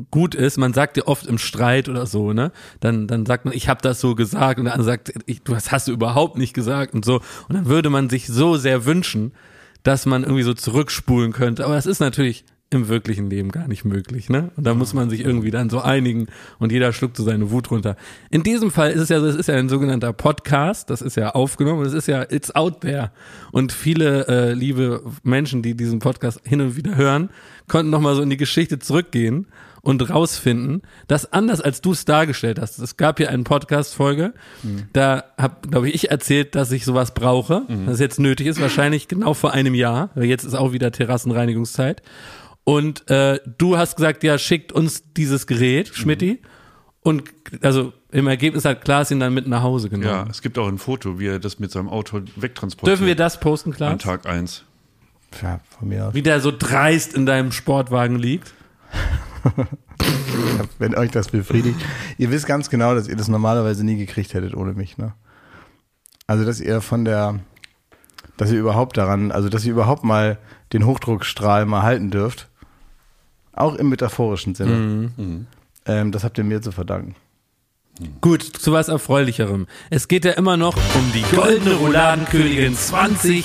C: gut ist, man sagt ja oft im Streit oder so, ne? Dann, dann sagt man, ich habe das so gesagt und der andere sagt, ich, du hast, hast du überhaupt nicht gesagt und so. Und dann würde man sich so sehr wünschen, dass man irgendwie so zurückspulen könnte. Aber das ist natürlich im wirklichen Leben gar nicht möglich, ne? Und da muss man sich irgendwie dann so einigen und jeder schluckt so seine Wut runter. In diesem Fall ist es ja so, es ist ja ein sogenannter Podcast, das ist ja aufgenommen, es ist ja it's out there. Und viele äh, liebe Menschen, die diesen Podcast hin und wieder hören, konnten nochmal so in die Geschichte zurückgehen und rausfinden, dass anders als du es dargestellt hast, es gab hier eine Podcast-Folge,
B: Mhm.
C: da habe, glaube ich, ich erzählt, dass ich sowas brauche,
B: Mhm.
C: dass es jetzt nötig ist, wahrscheinlich genau vor einem Jahr, weil jetzt ist auch wieder Terrassenreinigungszeit. Und äh, du hast gesagt, ja, schickt uns dieses Gerät,
B: Mhm.
C: Schmidti. Und also im Ergebnis hat Klaas ihn dann mit nach Hause genommen.
B: Ja, es gibt auch ein Foto, wie er das mit seinem Auto wegtransportiert.
C: Dürfen wir das posten,
B: An
C: Klaas?
B: Tag 1.
A: Ja, von mir aus.
C: Wie der so dreist in deinem Sportwagen liegt.
A: Wenn euch das befriedigt. Ihr wisst ganz genau, dass ihr das normalerweise nie gekriegt hättet ohne mich, ne? Also, dass ihr von der, dass ihr überhaupt daran, also, dass ihr überhaupt mal den Hochdruckstrahl mal halten dürft. Auch im metaphorischen Sinne. Ähm, das habt ihr mir zu verdanken.
C: Gut, zu was Erfreulicherem. Es geht ja immer noch um die goldene Rouladenkönigin 2022.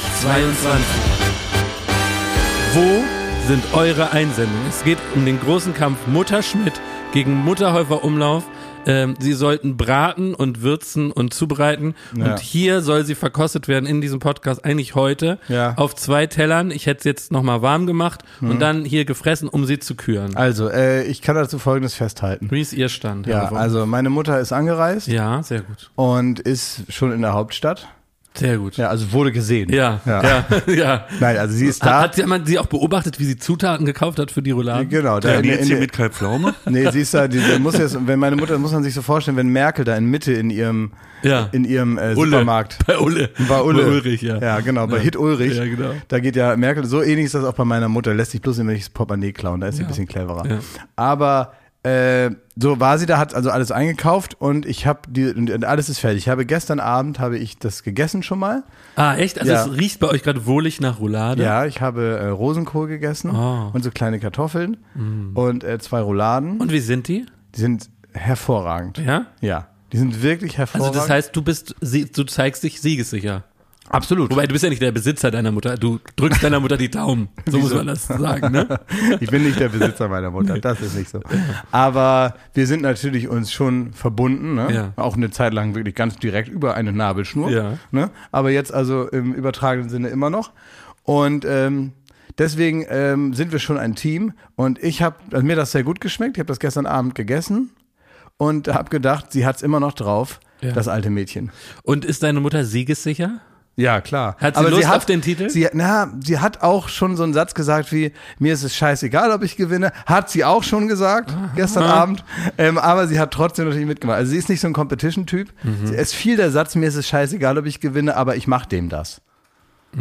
C: Wo sind eure Einsendungen? Es geht um den großen Kampf Mutter Schmidt gegen Mutterhäufer Umlauf. Ähm, sie sollten braten und würzen und zubereiten.
A: Ja.
C: Und hier soll sie verkostet werden in diesem Podcast, eigentlich heute,
A: Ja. Mhm.
C: auf zwei Tellern. Ich hätte es jetzt nochmal warm gemacht und dann hier gefressen, um sie zu küren.
A: Also, äh, ich kann dazu Folgendes festhalten.
C: Wie ist ihr Stand? Herr
A: Ja,
C: Wurm?
A: also, meine Mutter ist angereist
C: ja, sehr gut.
A: und ist schon in der Hauptstadt.
C: Sehr gut.
A: Ja, also wurde gesehen.
C: Ja, ja, ja.
A: Nein, also sie ist da.
C: Hat, hat jemand sie auch beobachtet, wie sie Zutaten gekauft hat für die Rouladen?
A: genau, da
B: Ja,
A: in,
B: die
A: der-
B: jetzt
A: in,
B: hier
A: der-
B: mit Kai Pflaume?
A: Nee, siehst du, die, die muss jetzt, wenn meine Mutter, muss man sich so vorstellen, wenn Merkel da in Mitte in ihrem,
C: Ja.
A: in ihrem äh,
C: Ulle.
A: Supermarkt
C: Bei Ulle.
A: bei Ulle.
C: Bei Ulrich, ja.
A: Ja, genau, bei Hit Ulrich.
C: Ja, genau.
A: Da geht ja Merkel, so ähnlich ist das auch bei meiner Mutter, lässt sich bloß immer nicht das Portemonnaie klauen, da ist sie ein bisschen cleverer.
C: Ja.
A: Aber äh, so war sie da, hat also alles eingekauft und ich habe die, und und alles ist fertig. Ich habe gestern Abend, habe ich das gegessen schon mal.
C: Ah, echt? Also
A: Ja.
C: es riecht bei euch gerade wohlig nach Roulade?
A: Ja, ich habe äh, Rosenkohl gegessen
C: Ah. Mhm.
A: und so kleine Kartoffeln und äh, zwei Rouladen.
C: Und wie sind die?
A: Die sind hervorragend.
C: Ja?
A: Ja, die sind wirklich
C: Also
A: hervorragend.
C: das heißt, du bist, sie- du zeigst dich siegessicher.
A: absolut.
C: Wobei, du bist ja nicht der Besitzer deiner Mutter. Du drückst deiner Mutter die Daumen. So muss man das sagen, ne?
A: Ich bin nicht der Besitzer meiner Mutter, das ist nicht so. Aber wir sind natürlich uns schon verbunden, ne?
C: Ja.
A: auch eine Zeit lang wirklich ganz direkt über eine Nabelschnur.
C: Ja.
A: Ne? Aber jetzt also im übertragenen Sinne immer noch. Und ähm, deswegen ähm, sind wir schon ein Team. Und ich habe, also mir hat das sehr gut geschmeckt. Ich habe das gestern Abend gegessen und habe gedacht, sie hat's immer noch drauf,
C: Ja.
A: das alte Mädchen.
C: Und ist deine Mutter siegessicher?
A: Ja, klar.
C: Hat sie Lust auf den Titel?
A: Sie, na, sie hat auch schon so einen Satz gesagt wie, mir ist es scheißegal, ob ich gewinne. Hat sie auch schon gesagt, gestern Abend. Ähm, aber sie hat trotzdem natürlich mitgemacht. Also sie ist nicht so ein Competition-Typ.
C: Mhm.
A: Sie- Es fiel der Satz, mir ist es scheißegal, ob ich gewinne, aber ich mach dem das.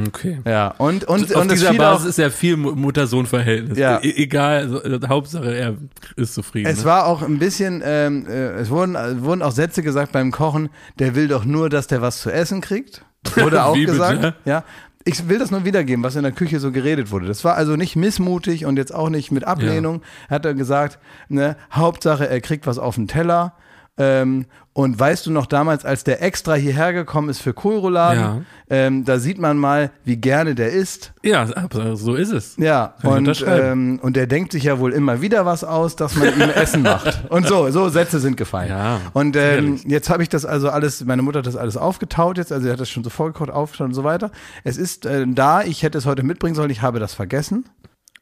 C: Okay.
A: Ja, und, und,
C: Auf
A: und es
C: dieser
A: fiel auch,
C: Basis ist ja viel Mu- Mutter-Sohn-Verhältnis.
A: Ja.
C: E egal, also, äh, Hauptsache er ist zufrieden.
A: es
C: ne?
A: war auch ein bisschen, ähm, äh, es wurden, äh, wurden auch Sätze gesagt beim Kochen, der will doch nur, dass der was zu essen kriegt. Wurde auch
C: Wie bitte?
A: gesagt. Ja. Ich will das nur wiedergeben, was in der Küche so geredet wurde. Das war also nicht missmutig und jetzt auch nicht mit Ablehnung. Hat er gesagt, ne, Hauptsache er kriegt was auf den Teller. Ähm, und weißt du noch damals, als der extra hierher gekommen ist für Kohlrouladen,
C: Ja.
A: ähm, da sieht man mal, wie gerne der isst.
C: ja, aber so ist es.
A: Ja,
C: ich
A: und,
C: unterschreiben.
A: ähm, und der denkt sich ja wohl immer wieder was aus, dass man ihm Essen macht. Und so, so Sätze sind gefallen.
C: Ja,
A: und ähm, jetzt habe ich das also alles, meine Mutter hat das alles aufgetaut jetzt, also sie hat das schon so vorgekocht, aufgetaut und so weiter. Es ist äh, da, ich hätte es heute mitbringen sollen, ich habe das vergessen.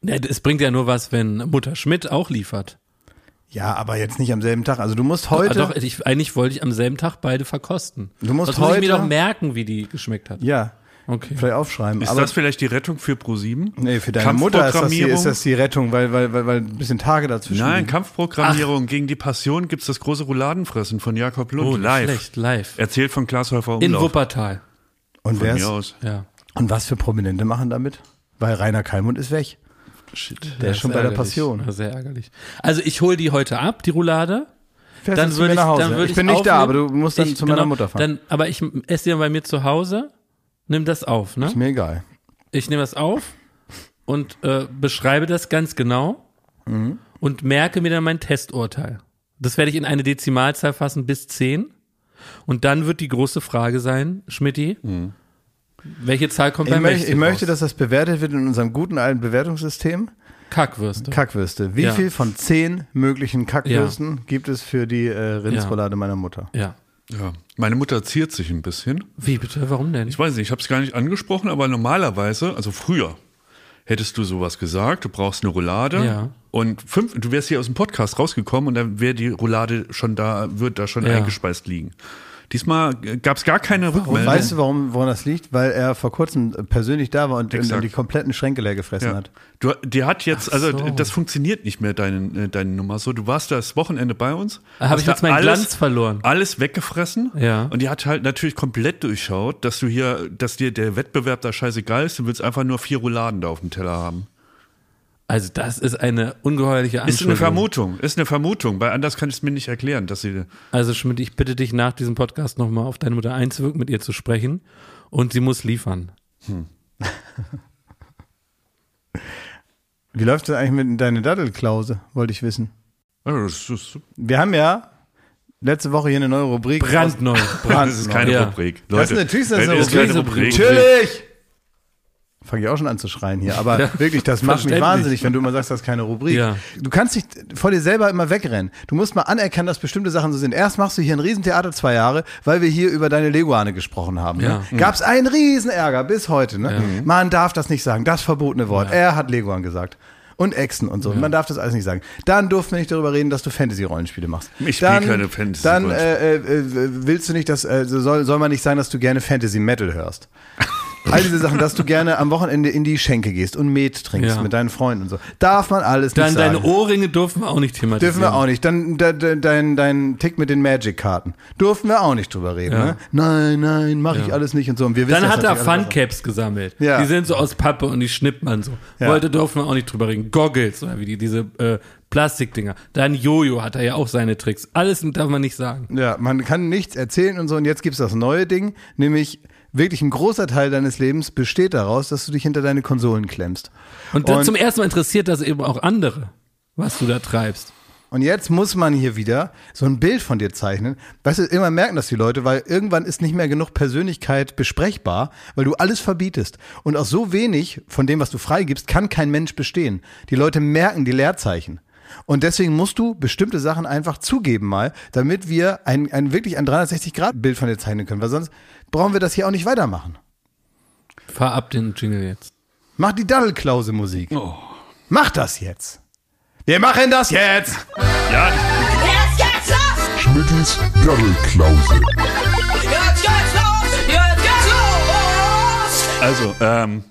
C: Ja, es bringt ja nur was, wenn Mutter Schmidt auch liefert.
A: Ja, aber jetzt nicht am selben Tag. Also du musst
C: Ah,
A: heute.
C: doch, ich, eigentlich wollte ich am selben Tag beide verkosten.
A: Du musst
C: das muss ich mir
A: heute-
C: doch merken, wie die geschmeckt hat.
A: ja,
C: Okay.
A: vielleicht aufschreiben.
B: Ist
A: aber
B: das vielleicht die Rettung für ProSieben?
A: nee, für deine Mutter ist das, die, ist das die Rettung, weil, weil, weil, weil ein bisschen Tage dazwischen.
B: Nein,
A: liegen.
B: Kampfprogrammierung gegen die Passion gibt's das große Rouladenfressen von Jakob Lund.
C: Oh,
B: live.
C: live. Schlecht, live.
B: Erzählt von Klaas Häufer
C: In
B: Umlauf.
C: Wuppertal.
A: und,
B: Von
A: wer
B: mir
A: ist,
B: aus.
C: Ja.
A: und was für Prominente machen damit? Weil Rainer Kalmund ist weg.
B: Shit.
A: Der ist schon bei der
C: ärgerlich.
A: Passion.
C: Ja, Sehr ärgerlich. Also ich hole die heute ab, die Roulade.
A: Fährst
C: Dann
A: du zu
C: würde
A: mir nach
C: ich,
A: Hause.
C: dann würde
A: ich bin nicht da, aber
C: aufnehmen.
A: du musst dann
C: Ich-
A: zu meiner
C: genau,
A: Mutter fahren.
C: Dann, aber ich esse die dann bei mir zu Hause, nimm das auf, ne?
A: ist mir egal.
C: Ich nehme das auf und äh, beschreibe das ganz genau und merke mir dann mein Testurteil. Das werde ich in eine Dezimalzahl fassen bis 10. Und dann wird die große Frage sein, Schmidti, welche Zahl kommt
A: Ich,
C: bei
A: möchte, ich möchte, dass das bewertet wird in unserem guten alten Bewertungssystem.
C: Kackwürste.
A: Kackwürste. Wie
C: Ja.
A: viel von zehn möglichen Kackwürsten gibt es für die äh, Rindsroulade meiner Mutter?
C: ja.
B: Ja. Meine Mutter ziert sich ein bisschen.
C: Wie bitte? Warum denn?
B: Ich weiß nicht, ich habe es gar nicht angesprochen, aber normalerweise, also früher, hättest du sowas gesagt, du brauchst eine Roulade.
C: Ja.
B: Und fünf, du wärst hier aus dem Podcast rausgekommen und dann wäre die Roulade schon da, wird da schon
C: Ja.
B: eingespeist liegen. Diesmal gab es gar keine
A: Und
B: Rückmeldung.
A: weißt du, warum, woran das liegt? Weil er vor kurzem äh, persönlich da war und
B: Exakt.
A: die kompletten Schränke leer gefressen
B: Ja.
A: hat.
B: Du, die hat jetzt, also
C: so.
B: d- das funktioniert nicht mehr, deine, äh, deine Nummer so. Du warst das Wochenende bei uns.
C: Da hab
B: hast
C: ich
B: da
C: jetzt meinen Glanz verloren.
B: Alles weggefressen.
C: Ja.
B: Und die hat halt natürlich komplett durchschaut, dass du hier, dass dir der Wettbewerb da scheißegal ist. Du willst einfach nur vier Rouladen da auf dem Teller haben.
C: Also das ist eine ungeheuerliche
B: Ist eine
C: Anschuldigung.
B: Vermutung, ist eine Vermutung, weil anders kann ich es mir nicht erklären, dass sie.
C: also Schmidt, ich bitte dich nach diesem Podcast nochmal auf deine Mutter einzuwirken, mit ihr zu sprechen und sie muss liefern.
A: Wie läuft das eigentlich mit deiner Daddelklause? Wollte ich wissen.
B: Also das ist,
A: Wir haben ja letzte Woche hier eine neue Rubrik.
C: Brandneu.
A: Brand-
B: das ist keine
C: Ja.
B: Rubrik.
A: Das ist natürlich das ist eine
B: das ist
A: Rubrik.
B: keine Rubrik.
A: Natürlich! Fange ich auch schon an zu schreien hier, aber wirklich, das macht mich
C: verständlich.
A: wahnsinnig, wenn du immer sagst, das ist keine Rubrik.
C: Ja.
A: Du kannst dich vor dir selber immer wegrennen. Du musst mal anerkennen, dass bestimmte Sachen so sind. Erst machst du hier ein Riesentheater zwei Jahre, weil wir hier über deine Leguane gesprochen haben.
C: Ja.
A: Ne? Gab es einen Riesenärger bis heute. Ne? Man darf das nicht sagen, das verbotene Wort. Er hat Leguan gesagt. Und Echsen und so. Man darf das alles nicht sagen. Dann durften wir nicht darüber reden, dass du Fantasy-Rollenspiele machst.
B: Ich spiel
A: Dann-
B: keine Fantasy-Rollenspiele.
A: Dann äh, äh, äh, willst du nicht, dass äh, soll, soll man nicht sagen, dass du gerne Fantasy Metal hörst? All diese Sachen, dass du gerne am Wochenende in die Schenke gehst und Met trinkst
C: Ja.
A: mit deinen Freunden und so. Darf man alles
C: Dann
A: nicht sagen.
C: deine Ohrringe dürfen wir auch nicht thematisieren.
A: Dürfen wir auch nicht. Dann de, de, dein, dein Tick mit den Magic-Karten. Durften wir auch nicht drüber reden.
C: Ja.
A: Ne? Nein, nein, mache ich alles nicht und so. Und wir wissen
C: Dann
A: das
C: hat er
A: natürlich alles
C: Funcaps gesammelt.
A: Ja.
C: Die sind so aus Pappe und die schnippt man so.
A: Ja.
C: Wollte dürfen wir auch nicht drüber reden. Goggles oder wie die, diese äh, Plastikdinger. Dann Jojo hat er ja auch seine Tricks. Alles darf man nicht sagen.
A: aus. Ja, man kann nichts erzählen und so. Und jetzt gibt's das neue Ding, nämlich wirklich ein großer Teil deines Lebens besteht daraus, dass du dich hinter deine Konsolen klemmst.
C: Und, das
A: Und-
C: zum ersten Mal interessiert das eben auch andere, was du da treibst.
A: Und jetzt muss man hier wieder so ein Bild von dir zeichnen. Weißt du, immer merken das die Leute, weil irgendwann ist nicht mehr genug Persönlichkeit besprechbar, weil du alles verbietest. Und aus so wenig von dem, was du freigibst, kann kein Mensch bestehen. Die Leute merken die Leerzeichen. Und deswegen musst du bestimmte Sachen einfach zugeben mal, damit wir ein, ein wirklich ein 360-Grad-Bild von dir zeichnen können, weil sonst brauchen wir das hier auch nicht weitermachen.
C: Fahr ab den Jingle jetzt.
A: Mach die Daddelklause-Musik.
B: Oh.
A: Mach das jetzt. Wir machen das jetzt.
F: Jetzt geht's los!
G: Schmittels Daddelklause.
F: Jetzt geht's los! Jetzt geht's los!
B: Also, ähm,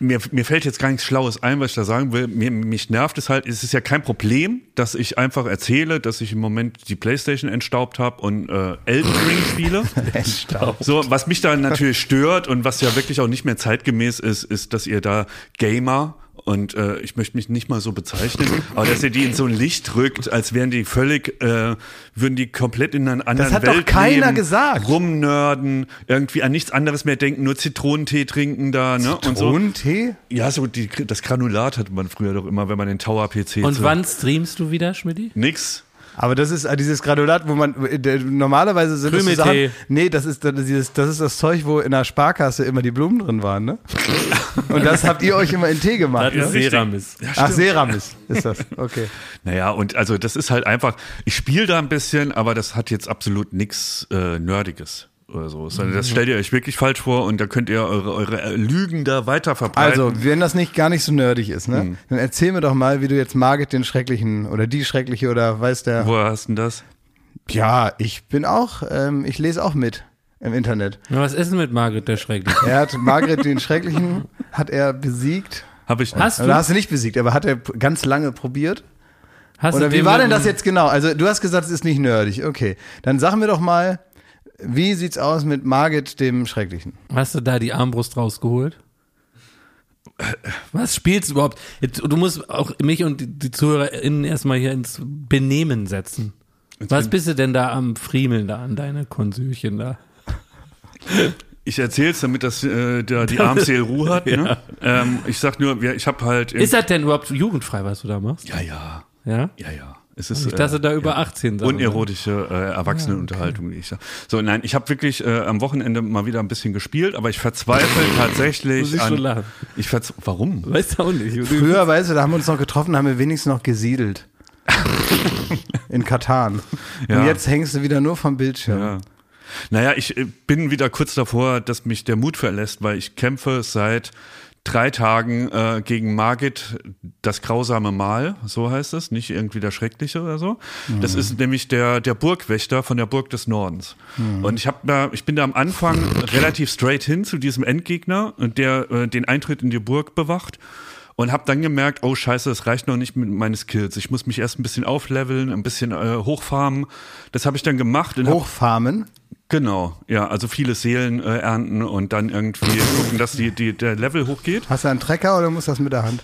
B: mir, mir fällt jetzt gar nichts Schlaues ein, was ich da sagen will. Mir, mich nervt es halt. Es ist ja kein Problem, dass ich einfach erzähle, dass ich im Moment die Playstation entstaubt habe und äh, Elden Ring spiele.
A: Entstaubt.
B: So, was mich da natürlich stört und was ja wirklich auch nicht mehr zeitgemäß ist, ist, dass ihr da Gamer und äh, ich möchte mich nicht mal so bezeichnen, aber dass ihr die in so ein Licht rückt, als wären die völlig, äh, würden die komplett in einer anderen
A: hat doch
B: Welt
A: keiner
B: leben,
A: gesagt.
B: rumnörden, irgendwie an nichts anderes mehr denken, nur Zitronentee trinken da, ne? Und so.
A: Tee?
B: Ja, so die, das Granulat hatte man früher doch immer, wenn man den Tower PC
C: Und
B: zu-
C: wann streamst du wieder, Schmidti?
B: nix.
A: Aber das ist äh, dieses Granulat, wo man äh, der- normalerweise sind das so
C: Krümeltee.
A: Sachen, Nee, das ist dann dieses, das ist das Zeug, wo in der Sparkasse immer die Blumen drin waren, ne? Und das habt ihr euch immer in Tee gemacht.
C: Das
A: Ne?
C: ist Seramis.
A: Ach, Seramis ist das. Okay.
B: Naja, und also das ist halt einfach, ich spiele da ein bisschen, aber das hat jetzt absolut nichts äh, Nerdiges oder so. Sondern
C: Mhm.
B: das stellt ihr euch wirklich falsch vor und da könnt ihr eure, eure Lügen da weiter verbreiten.
A: Also, wenn das nicht gar nicht so nerdig ist, ne?
C: Mhm.
A: Dann erzähl mir doch mal, wie du jetzt Margit den schrecklichen oder die schreckliche oder weiß der.
B: Woher hast du denn das?
A: Ja, ich bin auch, ähm, ich lese auch mit im Internet.
C: Na, was ist denn mit Margret der Schreckliche?
A: Er hat Margit den schrecklichen hat er besiegt.
B: Habe ich
C: Hast
A: Oder
C: du,
A: hast du nicht besiegt, aber hat er p- ganz lange probiert.
C: hast
A: Oder
C: du
A: wie
C: dem
A: war
C: noch
A: denn das
C: einen-
A: jetzt genau? Also du hast gesagt, es ist nicht nerdig. Okay, dann sagen wir doch mal, wie sieht's aus mit Margit dem Schrecklichen?
C: Hast du da die Armbrust rausgeholt? Was spielst du überhaupt? Jetzt, du musst auch mich und die, die ZuhörerInnen erstmal hier ins Benehmen setzen. Was bist du denn da am Friemeln da an deine Konsülchen da?
B: Ich erzähle es, damit das äh, da die Armseel Ruhe hat. Ne? ähm, ich sag nur, ja, ich habe halt. im-
C: Ist das denn überhaupt jugendfrei, was du da machst?
B: ja, ja,
C: Ja?
B: ja, ja. Es ist,
C: Nicht, dass
B: äh,
C: du Also da über 18 sein
B: Unerotische äh, Erwachsenenunterhaltung, die ich sage. So, nein, ich habe wirklich äh, am Wochenende mal wieder ein bisschen gespielt, aber ich verzweifle tatsächlich.
C: Muss ich
B: an,
C: schon lachen.
B: Ich verz Warum?
C: Weißt du auch nicht.
A: Früher, weißt du, da haben wir uns noch getroffen, haben wir wenigstens noch gesiedelt. In Katan.
B: Ja.
A: Und jetzt hängst du wieder nur vom Bildschirm.
B: Ja. Naja, ich äh, bin wieder kurz davor, dass mich der Mut verlässt, weil ich kämpfe seit drei Tagen äh, gegen Margit das grausame Mal, so heißt es, nicht irgendwie der Schreckliche oder so. Das ist nämlich der, der Burgwächter von der Burg des Nordens. Und ich hab da, ich bin da am Anfang relativ straight hin zu diesem Endgegner, der äh, den Eintritt in die Burg bewacht. Und habe dann gemerkt, oh scheiße, das reicht noch nicht mit meinen Skills. Ich muss mich erst ein bisschen aufleveln, ein bisschen äh, hochfarmen. Das habe ich dann gemacht. Und hab
A: Hochfarmen.
B: Genau, ja, also viele Seelen äh, ernten und dann irgendwie gucken, dass die, die, der Level hochgeht.
A: Hast du einen Trecker oder musst du das mit der Hand?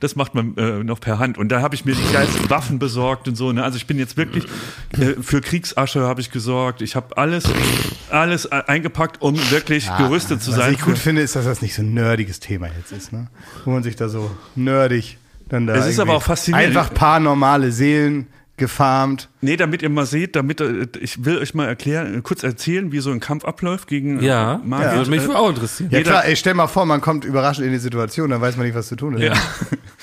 B: Das macht man äh, noch per Hand. Und da habe ich mir die geilsten Waffen besorgt und so. Ne? Also ich bin jetzt wirklich äh, für Kriegsasche habe ich gesorgt. Ich habe alles, alles äh, eingepackt, um wirklich
C: Ah,
B: gerüstet zu
A: Was
B: sein.
A: ich gut
B: für-
A: finde, ist, dass das nicht so ein nerdiges Thema jetzt ist, ne? Wo man sich da so nerdig dann da.
B: Es ist
A: irgendwie
B: aber auch faszinierend.
A: Einfach paar normale Seelen gefarmt.
B: Nee, damit ihr mal seht, damit äh, ich will euch mal erklären, kurz erzählen, wie so ein Kampf abläuft gegen äh,
C: Ja,
B: Margit.
C: würde mich
B: Äh,
C: auch interessieren.
A: Ja
B: Jeder-
A: klar, ey, stell mal vor, man kommt überraschend in die Situation, dann weiß man nicht, was zu tun ist.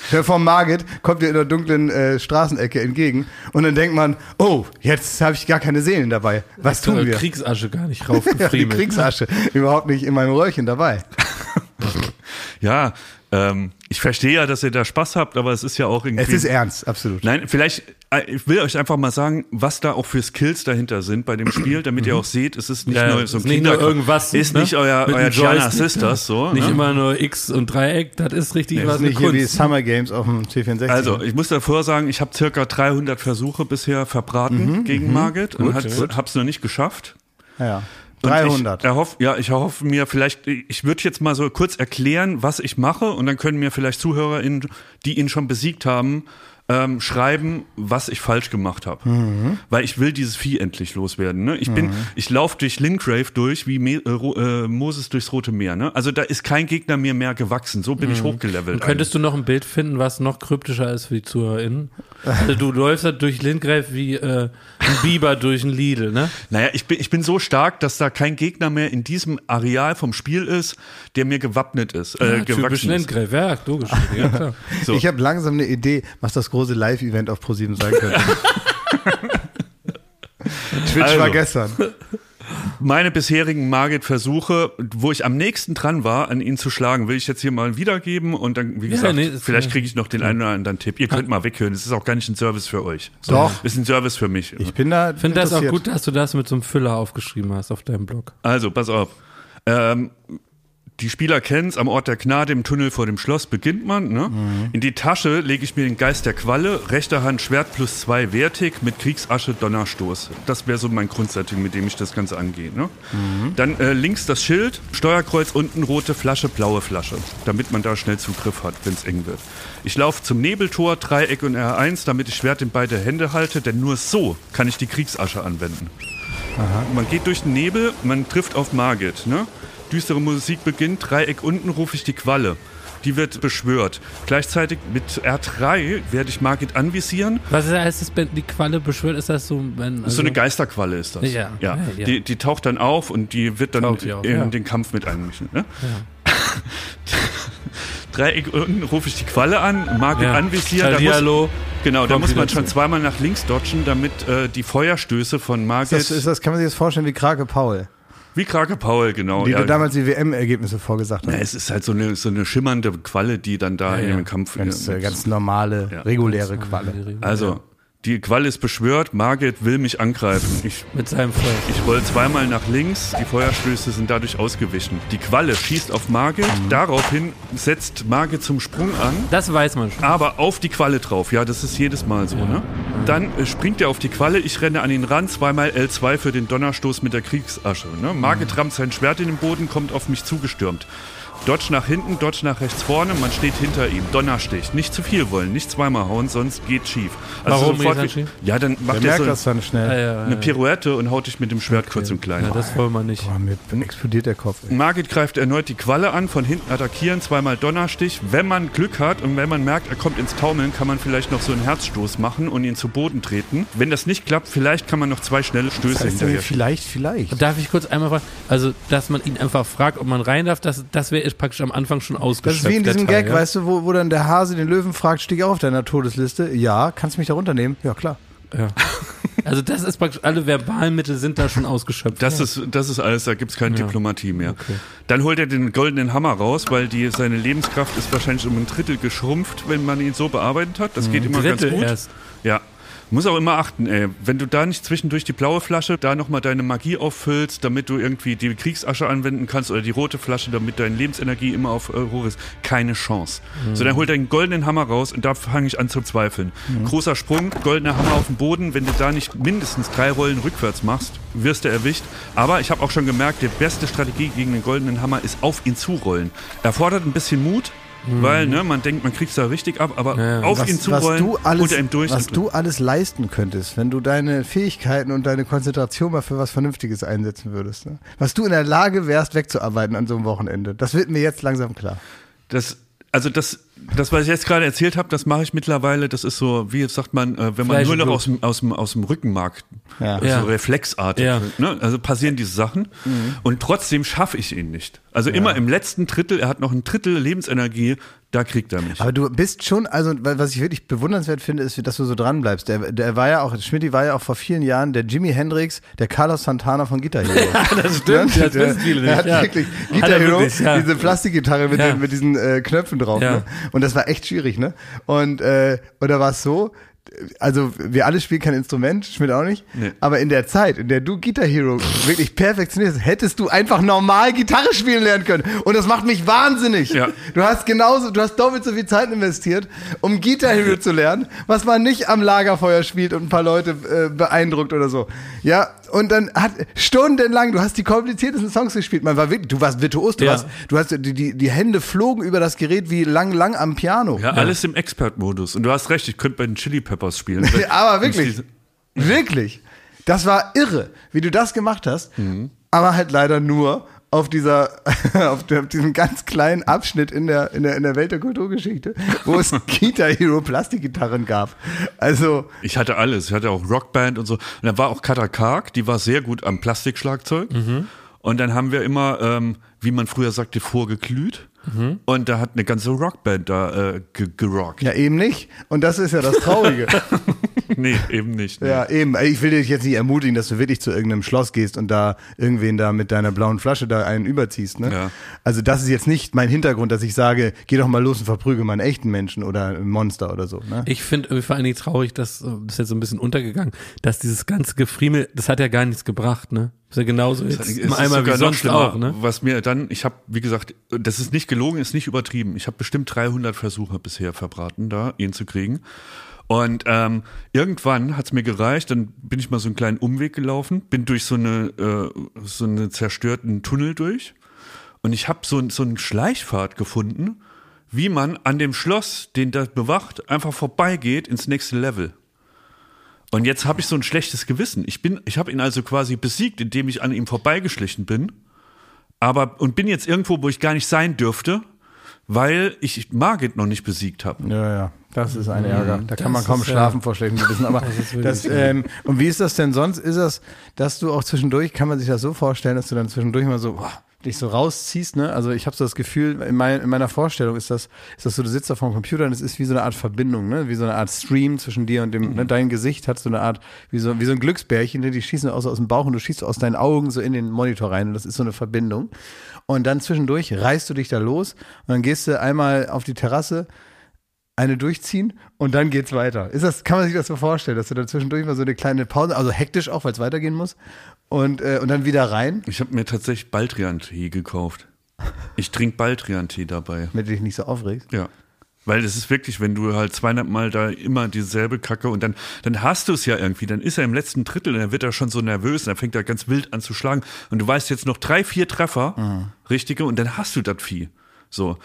A: Stell dir vor, Margit kommt dir in der dunklen äh, Straßenecke entgegen und dann denkt man, oh, jetzt habe ich gar keine Seelen dabei. Was tun
C: Äh,
A: wir?
C: Kriegsasche gar nicht
A: ja, die
C: raufgefriemelt.
A: Kriegsasche. Überhaupt nicht in meinem Röhrchen dabei.
B: Ja, ähm, ich verstehe ja, dass ihr da Spaß habt, aber es ist ja auch irgendwie.
A: Es ist ernst, absolut.
B: Nein, vielleicht, äh, ich will euch einfach mal sagen, was da auch für Skills dahinter sind bei dem Spiel, damit ihr auch seht, es ist nicht
C: Mhm. Ja,
B: nur so ein
C: ist nicht nur
B: Kinderkram.
C: irgendwas,
B: Ist
C: ne?
B: nicht euer,
C: Mit
B: euer
C: einem
B: Joanna
C: Joystick.
B: Sisters so.
C: nicht
B: ne?
C: immer nur X und Dreieck, das ist richtig
A: Das
C: was
A: ist nicht
C: eine
A: hier wie
C: Kunst.
A: Summer Games auf dem C64.
B: Also, ich muss davor sagen, ich habe circa 300 Versuche bisher
C: Mhm,
B: verbraten gegen Margit und hat's- hab's noch nicht geschafft.
A: ja.
B: Und
A: 300.
B: Ich erhoff, ja, ich hoffe mir vielleicht, ich würde jetzt mal so kurz erklären, was ich mache und dann können mir vielleicht ZuhörerInnen, die ihn schon besiegt haben, ähm, schreiben, was ich falsch gemacht habe.
C: Mhm.
B: Weil ich will dieses Vieh endlich loswerden. Ne? Ich bin, ich laufe durch Lingrave durch, wie Me äh, Ro- äh, Moses durchs Rote Meer. Ne? Also da ist kein Gegner mir mehr gewachsen. So bin ich hochgelevelt.
C: Mhm. Könntest du noch ein Bild finden, was noch kryptischer ist für die ZuhörerInnen? Also du läufst halt durch Lindgräf wie äh, ein Biber durch ein Lidl, ne?
B: Naja, ich bin, ich bin so stark, dass da kein Gegner mehr in diesem Areal vom Spiel ist, der mir gewappnet ist. Äh,
C: Typisch
B: gewachsen ist.
C: Lindgräf, ja, logisch. Ja, klar.
B: So.
A: Ich habe langsam eine Idee, was das große Live-Event auf ProSieben sein könnte. Twitch war
B: Also.
A: gestern.
B: meine bisherigen Margit-Versuche, wo ich am nächsten dran war, an ihn zu schlagen, will ich jetzt hier mal wiedergeben und dann, wie gesagt,
C: nee, ist-
B: vielleicht kriege ich noch den einen oder anderen Tipp. Ihr könnt mal weghören, es ist auch gar nicht ein Service für euch. So,
A: Doch.
B: Ist ein Service für mich.
A: Ich bin da.
C: Ich finde das auch
A: interessiert.
C: gut, dass du das mit so einem Füller aufgeschrieben hast auf deinem Blog.
B: Also, pass auf. Ähm, die Spieler kennen's, am Ort der Gnade im Tunnel vor dem Schloss beginnt man. Ne? In die Tasche lege ich mir den Geist der Qualle, rechter Hand Schwert plus zwei wertig, mit Kriegsasche Donnerstoß. Das wäre so mein Grundsetting, mit dem ich das Ganze angehe. Ne? Dann äh, links das Schild, Steuerkreuz unten, rote Flasche, blaue Flasche, damit man da schnell Zugriff hat, wenn's eng wird. Ich laufe zum Nebeltor, Dreieck und R1, damit ich Schwert in beide Hände halte, denn nur so kann ich die Kriegsasche anwenden. Man geht durch den Nebel, man trifft auf Margit. Ne? Düstere Musik beginnt, Dreieck unten rufe ich die Qualle. Die wird beschwört. Gleichzeitig mit R3 werde ich Margit anvisieren.
C: Was heißt das, wenn die Qualle beschwört? Ist das so, wenn.
B: so eine Geisterqualle ist das.
C: Also- Ja.
B: ja.
C: Ja, ja.
B: Die, die taucht dann auf und die wird dann
C: Taucht die auf,
B: in
C: ja.
B: den Kampf mit einmischen. Ne? Dreieck unten rufe ich die Qualle an, Margit
C: Ja.
B: anvisieren. Da muss,
C: Hallihallo.
B: genau, da
C: Kommt
B: muss man
C: wieder
B: schon
C: zu.
B: zweimal nach links dodgen, damit äh, die Feuerstöße von Margit.
A: Das, ist das kann man sich jetzt vorstellen wie Krake Paul,
B: wie Krake Paul, genau.
A: die
B: ja.
A: du damals die WM-Ergebnisse vorgesagt
B: Na,
A: hast.
B: es ist halt so eine, so eine schimmernde Qualle, die dann da in
C: ja.
B: dem Kampf
A: Ganz,
B: äh,
A: äh, ganz normale, reguläre Qualle.
B: Also, die Qualle ist beschwört, Margit will mich angreifen. Ich,
C: Mit seinem Feuer.
B: ich roll zweimal nach links, die Feuerstöße sind dadurch ausgewichen. Die Qualle schießt auf Margit, daraufhin setzt Margit zum Sprung an
C: Das weiß man schon.
B: aber auf die Qualle drauf. Ja, das ist jedes Mal so, ne? Dann äh, springt er auf die Qualle, ich renne an ihn ran, zweimal L2 für den Donnerstoß mit der Kriegsasche. Ne? Margit rammt sein Schwert in den Boden, kommt auf mich zugestürmt. Dodge nach hinten, Dodge nach rechts vorne, man steht hinter ihm. Donnerstich. Nicht zu viel wollen, nicht zweimal hauen, sonst geht schief. Also
C: Warum
B: sofort
C: geht's dann schief?
B: Ja, dann
A: Der
B: macht er
A: merkt
B: so
A: das dann schnell.
C: ja,
B: eine Pirouette und haut dich mit dem Schwert kurz im Kleinen.
C: ja, das wollen wir nicht.
A: Boah, Oh, mir explodiert der Kopf. Ey.
B: Margit greift erneut die Qualle an, von hinten attackieren, zweimal Donnerstich. Wenn man Glück hat und wenn man merkt, er kommt ins Taumeln, kann man vielleicht noch so einen Herzstoß machen und ihn zu Boden treten. Wenn das nicht klappt, vielleicht kann man noch zwei schnelle Stöße
A: Das ist mir
B: hinterher.
A: vielleicht, vielleicht.
C: Darf ich kurz einmal fragen? Also, dass man ihn einfach fragt, ob man rein darf, das, das wäre praktisch am Anfang schon
A: Das
C: ausgeschöpft.
A: ist wie in
C: der
A: diesem
C: Teil,
A: Gag,
C: ja?
A: weißt du, wo, wo dann der Hase den Löwen fragt, stieg auf deiner Todesliste. Ja, kannst mich da runternehmen? Ja, klar.
C: Ja. Also das ist praktisch, alle Verbalmittel sind da schon ausgeschöpft.
B: Das, ist, das ist alles, da gibt es keine Diplomatie mehr. Dann holt er den goldenen Hammer raus, weil die, seine Lebenskraft ist wahrscheinlich um ein Drittel geschrumpft, wenn man ihn so bearbeitet hat. Das geht immer
C: Drittel
B: ganz gut.
C: erst.
B: Ja. Muss auch immer achten, ey. Wenn du da nicht zwischendurch die blaue Flasche da nochmal deine Magie auffüllst, damit du irgendwie die Kriegsasche anwenden kannst oder die rote Flasche, damit deine Lebensenergie immer auf äh, hoch ist, keine Chance. So, dann hol deinen goldenen Hammer raus und da fange ich an zu zweifeln.
C: Mhm.
B: Großer Sprung, goldener Hammer auf den Boden. Wenn du da nicht mindestens drei Rollen rückwärts machst, wirst du erwischt. Aber ich habe auch schon gemerkt, die beste Strategie gegen den goldenen Hammer ist auf ihn zurollen. Erfordert ein bisschen Mut. Weil, ne, man denkt, man kriegt's da richtig ab, aber
C: Mhm. Ja, ja.
B: auf ihn
A: was, was,
B: zurollen,
A: du alles,
B: unter ihm durch.
A: was
B: und-
A: du alles leisten könntest, wenn du deine Fähigkeiten und deine Konzentration mal für was Vernünftiges einsetzen würdest. Ne? Was du in der Lage wärst, wegzuarbeiten an so einem Wochenende. Das wird mir jetzt langsam klar.
B: Das, also das, das, was ich jetzt gerade erzählt habe, das mache ich mittlerweile. Das ist so, wie sagt man, äh, wenn man
C: Fleisch
B: nur
C: und
B: noch
C: Blut.
B: aus dem, aus dem, aus dem Rückenmark,
A: Ja. Mhm.
B: also
C: Ja.
B: reflexartig,
C: Ja.
B: ne? also passieren diese Sachen. Und trotzdem schaffe ich ihn nicht. Also immer im letzten Drittel, er hat noch ein Drittel Lebensenergie, da kriegt er mich.
A: Aber du bist schon, also wa- was ich wirklich bewundernswert finde, ist, dass du so dran bleibst. Der, der war ja auch, Schmidt war ja auch vor vielen Jahren der Jimmy Hendrix, der Carlos Santana von Guitar Hero. das
C: stimmt, das wissen viele nicht,
A: Er hat
C: ja.
A: wirklich
C: Hat
A: Guitar
C: er
A: Hero,
C: wirklich, ja.
A: diese Plastikgitarre mit,
C: Ja.
A: den, mit diesen äh, Knöpfen drauf.
C: Ja.
A: Ne? Und das war echt schwierig, ne? Und, äh, und da war es so, also wir alle spielen kein Instrument, Schmidt auch nicht,
B: Nee.
A: aber in der Zeit, in der du Guitar Hero wirklich perfektioniert hast, hättest du einfach normal Gitarre spielen lernen können. Und das macht mich wahnsinnig.
B: Ja.
A: Du hast genauso, du hast doppelt so viel Zeit investiert, um Guitar Hero zu lernen, was man nicht am Lagerfeuer spielt und ein paar Leute äh, beeindruckt oder so. Ja, und dann hat stundenlang, du hast die kompliziertesten Songs gespielt. Man war wirklich, du warst virtuos, du
C: Ja.
A: hast, du hast die, die, die Hände flogen über das Gerät wie lang, lang am Piano.
B: ja, alles im Expert-Modus. Und du hast recht, ich könnte bei den Chili Peppers spielen.
A: Aber wirklich, wirklich, das war irre, wie du das gemacht hast. Aber halt leider nur auf dieser, auf, der, auf diesem ganz kleinen Abschnitt in der, in der, in der Welt der Kulturgeschichte, wo es Kita Hero Plastikgitarren gab. Also,
B: Ich hatte alles. Ich hatte auch Rockband und so. Und dann war auch Kata Kark, die war sehr gut am Plastikschlagzeug. Und dann haben wir immer, ähm, wie man früher sagte, vorgeglüht. Und da hat eine ganze Rockband da äh, ge gerockt.
A: ja, eben nicht. Und das ist ja das Traurige.
B: Nee, eben nicht. Nee.
A: ja, eben. Ich will dich jetzt nicht ermutigen, dass du wirklich zu irgendeinem Schloss gehst und da irgendwen da mit deiner blauen Flasche da einen überziehst. Ne?
B: Ja.
A: Also, das ist jetzt nicht mein Hintergrund, dass ich sage, geh doch mal los und verprüge mal einen echten Menschen oder ein Monster oder so. Ne?
C: Ich finde vor allen Dingen traurig, dass äh, das ist jetzt so ein bisschen untergegangen, dass dieses ganze Gefriemel, das hat ja gar nichts gebracht, ne? Ist ja genauso jetzt
B: Es ist
C: einmal wie
B: sogar noch
C: sonst
B: schlimmer,
C: auch, ne?
B: Was mir dann, ich habe, wie gesagt, das ist nicht gelogen, ist nicht übertrieben. Ich habe bestimmt 300 Versuche bisher verbraten, da ihn zu kriegen. Und ähm, irgendwann hat es mir gereicht, dann bin ich mal so einen kleinen Umweg gelaufen, bin durch so eine äh, so einen zerstörten Tunnel durch und ich habe so, ein- so einen Schleichpfad gefunden, wie man an dem Schloss, den das bewacht, einfach vorbeigeht ins nächste Level. Und jetzt habe ich so ein schlechtes Gewissen. Ich bin, ich habe ihn also quasi besiegt, indem ich an ihm vorbeigeschlichen bin. Aber und bin jetzt irgendwo, wo ich gar nicht sein dürfte, weil ich Margit noch nicht besiegt habe.
A: Ja, ja, das ist ein Ärger. Da kann man
C: Mhm. Das
A: kaum
C: ist, äh,
A: schlafen
C: ja.
A: vor schlechtem Gewissen. Aber das, ähm, und wie ist das denn sonst? Ist das, dass du auch zwischendurch, kann man sich das so vorstellen, dass du dann zwischendurch mal so boah, dich so rausziehst, ne? Also ich habe so das Gefühl, in, mein, in meiner Vorstellung ist das, ist das so, du sitzt da vor dem Computer und es ist wie so eine Art Verbindung, ne? Wie so eine Art Stream zwischen dir und dem, ne?
C: Mhm.
A: dein Gesicht hat so eine Art, wie so, wie so ein Glücksbärchen, ne? die schießen aus, aus dem Bauch und du schießt aus deinen Augen so in den Monitor rein und das ist so eine Verbindung. Und dann zwischendurch reißt du dich da los und dann gehst du einmal auf die Terrasse eine durchziehen und dann geht's weiter. Ist das, kann man sich das so vorstellen, dass du da zwischendurch mal so eine kleine Pause, also hektisch auch, weil es weitergehen muss, und, äh, und dann wieder rein,
B: Ich habe mir tatsächlich Baldrian-Tee gekauft. Ich trinke Baldrian-Tee dabei.
A: damit du dich nicht so aufregst.
B: Ja. Weil es ist wirklich, wenn du halt 200 Mal da immer dieselbe Kacke und dann, dann hast du es ja irgendwie, dann ist er im letzten Drittel und dann wird er schon so nervös und dann fängt er ganz wild an zu schlagen und du weißt jetzt noch drei, vier Treffer,
C: Mhm.
B: richtige, und dann hast du das Vieh. So.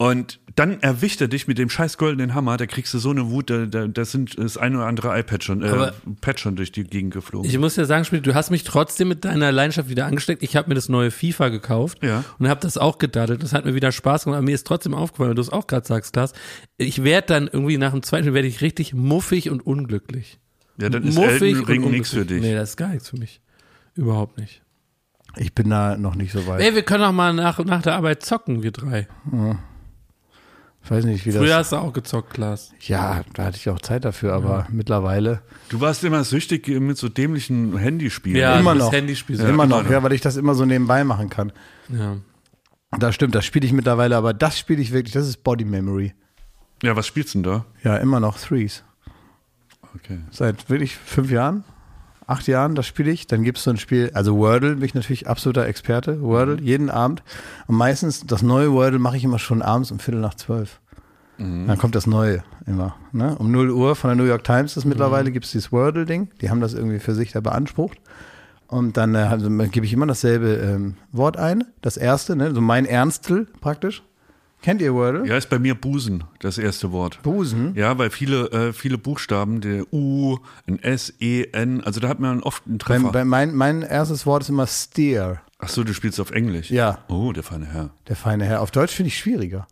B: Und dann erwischt er dich mit dem scheiß goldenen Hammer, da kriegst du so eine Wut, da, da, da sind das ein oder andere iPad schon, äh,
C: Aber-
B: Pad schon durch die Gegend geflogen.
C: Ich muss ja sagen, Schmidt, du hast mich trotzdem mit deiner Leidenschaft wieder angesteckt. Ich habe mir das neue FIFA gekauft
B: Ja.
C: und habe das auch gedaddelt. Das hat mir wieder Spaß gemacht. Aber mir ist trotzdem aufgefallen, weil du es auch gerade sagst, Lars. Ich werde dann irgendwie nach dem zweiten Spiel werde ich richtig muffig und unglücklich.
B: ja, dann ist
C: muffig
B: Elden
C: und
B: Ring
C: unglücklich.
B: nichts für dich.
C: Nee, das ist gar nichts für mich. Überhaupt nicht.
A: Ich bin da noch nicht so weit.
C: Ey, wir können doch mal nach, nach der Arbeit zocken, wir drei.
A: Ich weiß nicht, wie
C: Früher
A: das.
C: hast du auch gezockt, Klaas.
A: Ja, da hatte ich auch Zeit dafür, aber mittlerweile.
B: Du warst immer süchtig mit so dämlichen Handyspielen.
C: Ja,
A: immer
C: das
A: noch.
C: Handyspiel so.
A: immer
B: immer
A: noch,
B: noch.
A: ja, weil ich das immer so nebenbei machen kann.
C: Ja.
A: Das stimmt, das spiele ich mittlerweile, aber das spiele ich wirklich, das ist Body Memory.
B: Ja, was spielst du denn da?
A: Ja, immer noch Threes.
B: Okay.
A: Seit wirklich fünf Jahren, acht Jahren, das spiele ich. Dann gibt es so ein Spiel, also Wordle, bin ich natürlich absoluter Experte. Wordle, jeden Abend. Und meistens, das neue Wordle mache ich immer schon abends um Viertel nach zwölf. Dann kommt das Neue immer. Ne? Um 0 Uhr von der New York Times ist mittlerweile, gibt es dieses Wordle-Ding. Die haben das irgendwie für sich da beansprucht. Und dann äh, also, gebe ich immer dasselbe ähm, Wort ein. Das erste, ne? so mein Ernstel praktisch. Kennt ihr Wordle?
B: Ja, ist bei mir Busen, das erste Wort.
A: Busen.
B: Ja, weil viele, äh, viele Buchstaben, der U, ein S, E, N, also da hat man oft einen
A: Bei,
B: Treffer.
A: bei mein, mein erstes Wort ist immer Steer.
B: Ach so, du spielst auf Englisch.
A: Ja.
B: Oh, der feine Herr.
A: Der feine Herr. Auf Deutsch finde ich schwieriger.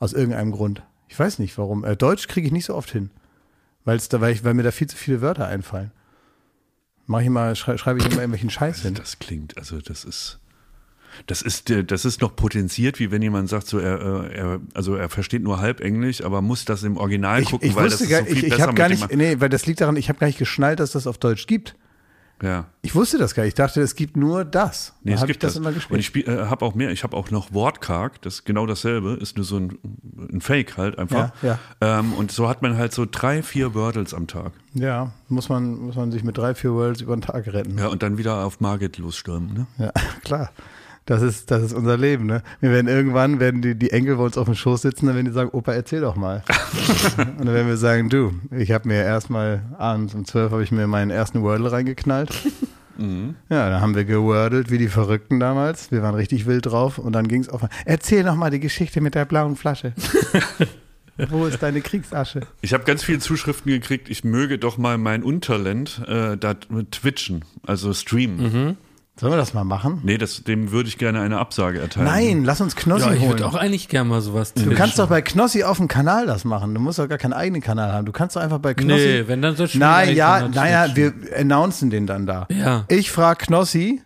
A: Aus irgendeinem Grund. Ich weiß nicht warum. Äh, Deutsch kriege ich nicht so oft hin. Weil's da, weil, ich, weil mir da viel zu viele Wörter einfallen. Mach ich mal, schrei, schreibe ich immer irgendwelchen Scheiß hin.
B: Das klingt, also das ist, das ist, der- das ist noch potenziert, wie wenn jemand sagt, so er, äh, er, also er versteht nur halb Englisch, aber muss das im Original
A: Ich,
B: gucken,
A: ich
B: weil
A: wusste
B: das ist
A: gar,
B: so viel
A: ich, ich
B: besser
A: habe gar
B: mit
A: nicht,
B: dem,
A: nee, weil das liegt daran, ich habe gar nicht geschnallt, dass das auf Deutsch gibt.
B: ja.
A: Ich wusste das gar nicht. Ich dachte, es gibt nur das.
B: Nee,
A: Dann
B: es
A: hab
B: gibt
A: ich das, immer
B: Und
A: gespielt.
B: ich spiel, äh, habe auch mehr. Ich habe auch noch Wortkarg. Das ist genau dasselbe. Ist nur so ein, ein Fake halt einfach.
A: Ja,
B: Ähm, und so hat man halt so drei, vier Wordles am Tag.
A: ja, muss man, muss man sich mit drei, vier Worlds über den Tag retten.
B: Ja, und dann wieder auf Margit losstürmen. Ne?
A: Ja, klar. Das ist, das ist unser Leben, ne? Wir werden irgendwann, werden die, die Enkel bei uns auf dem Schoß sitzen, dann werden die sagen, Opa, erzähl doch mal. Und dann werden wir sagen, du, ich habe mir erstmal abends um zwölf habe ich mir meinen ersten Wordle reingeknallt. Ja, dann haben wir gewordelt wie die Verrückten damals. Wir waren richtig wild drauf und dann ging es auf. Erzähl noch mal die Geschichte mit der blauen Flasche. Wo ist deine Kriegsasche?
B: Ich habe ganz viele Zuschriften gekriegt. Ich möge doch mal mein Untalent äh, da twitchen, also streamen.
A: Mhm. Sollen wir das mal machen?
B: Nee, das, dem würde ich gerne eine Absage erteilen.
A: Nein, lass uns Knossi
C: Ja, ich
A: holen.
C: würde auch eigentlich gerne mal sowas
A: Du kannst doch bei Knossi auf dem Kanal das machen. Du musst doch gar keinen eigenen Kanal haben. Du kannst doch einfach bei Knossi.
C: Nee, wenn, dann soll schon
A: Nein,
C: ein
A: ja,
C: Kanal
A: naja, wir
C: switchen.
A: announcen den dann da.
C: Ja.
A: Ich frage Knossi,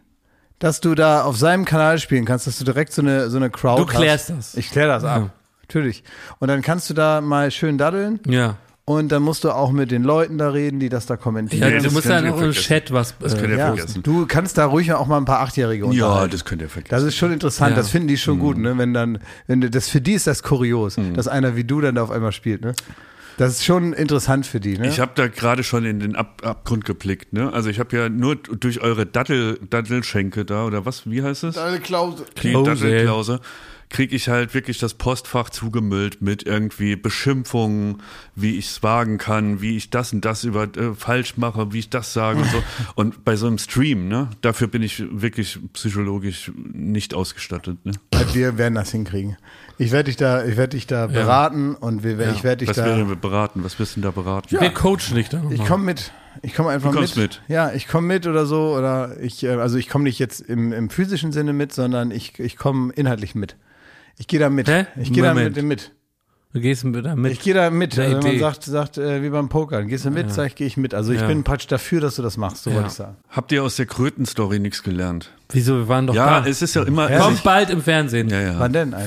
A: dass du da auf seinem Kanal spielen kannst, dass du direkt so eine, so eine Crowd
C: Du klärst
A: hast.
C: das.
A: Ich klär das ab. Natürlich. Und dann kannst du da mal schön daddeln
C: Ja.
A: und dann musst du auch mit den Leuten da reden, die das da
C: Ja,
A: kommentieren.
B: Nee,
C: du
B: das
C: musst
B: könnt
C: dann
B: ihr
C: auch im
B: vergessen.
C: Chat was. äh,
B: Das könnt ihr
A: Ja,
B: vergessen.
A: du kannst da ruhig auch mal ein paar Achtjährige
B: Ja,
A: unterhalten.
B: das könnt ihr vergessen.
A: Das ist schon interessant,
C: Ja.
A: das finden die schon
B: Mhm.
A: gut, ne? Wenn dann, wenn du, das für die ist das kurios, dass einer wie du dann da auf einmal spielt, ne? Das ist schon interessant für die, ne?
B: Ich habe da gerade schon in den Ab Abgrund geblickt. Ne? Also ich habe ja nur d- durch eure Dattel Dattelschenke da oder was? Wie heißt es?
A: Klause.
B: Die
C: Klause.
B: Dattelklause. Kriege ich halt wirklich das Postfach zugemüllt mit irgendwie Beschimpfungen, wie ich es wagen kann, wie ich das und das über äh, falsch mache, wie ich das sage und so. Und bei so einem Stream, ne, dafür bin ich wirklich psychologisch nicht ausgestattet. Ne?
A: Wir werden das hinkriegen. Ich werde dich da, ich werde dich da beraten und wir, ich werde dich
B: Was
A: da.
B: wären wir beraten? Was wirst du denn da beraten?
C: Wir coachen dich da nochmal.
A: Ich komme mit. Ich komme einfach
B: Du kommst mit.
A: Ja, ich komme mit oder so oder ich, äh, also ich komme nicht jetzt im, im physischen Sinne mit, sondern ich, ich komme inhaltlich mit. Ich gehe da mit.
C: Hä?
A: Ich gehe da
C: Moment.
A: mit, mit.
C: Du gehst mit da
A: Ich
C: mit.
A: gehe da mit.
C: Eine
A: Also wenn man
C: Idee.
A: sagt, sagt äh, wie beim Pokern, gehst du mit, sag ich, gehe ich mit. Also ich
C: Ja.
A: bin patsch dafür, dass du das machst, so
C: Ja.
A: wollte ich sagen.
B: Habt ihr aus der Kröten-Story nichts gelernt?
C: Wieso, wir waren doch
B: Ja,
C: da.
B: es ist ja immer.
C: Kommt bald im Fernsehen.
B: Ja, ja.
A: Wann denn? Eigentlich?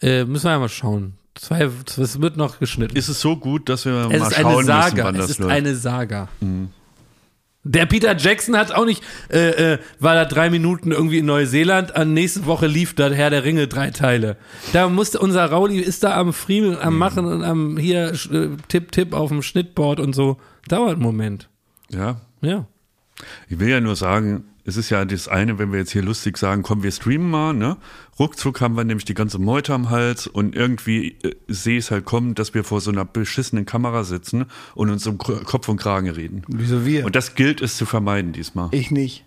C: Viele, äh, müssen wir ja mal schauen. Zwei, es wird noch geschnitten.
B: ist es so gut, dass wir
C: es
B: mal
C: ist
B: schauen
C: eine
B: müssen,
C: Saga.
B: wann das Mhm.
C: Es ist
B: läuft.
C: eine Saga. Der Peter Jackson hat auch nicht, äh, äh, war da drei Minuten irgendwie in Neuseeland, an nächste Woche lief da Herr der Ringe drei Teile. Da musste unser Rauli ist da am Friemeln,
B: Mhm.
C: am Machen und am hier äh, Tipp Tipp auf dem Schnittboard und so. Dauert einen Moment.
B: ja,
C: Ja.
B: ich will ja nur sagen, es ist ja das eine, wenn wir jetzt hier lustig sagen, komm, wir streamen mal, ne? Ruckzuck haben wir nämlich die ganze Meute am Hals und irgendwie äh, sehe ich es halt kommen, dass wir vor so einer beschissenen Kamera sitzen und uns um Kr- Kopf und Kragen reden.
A: Wieso wir?
B: Und das gilt es zu vermeiden diesmal.
A: ich nicht.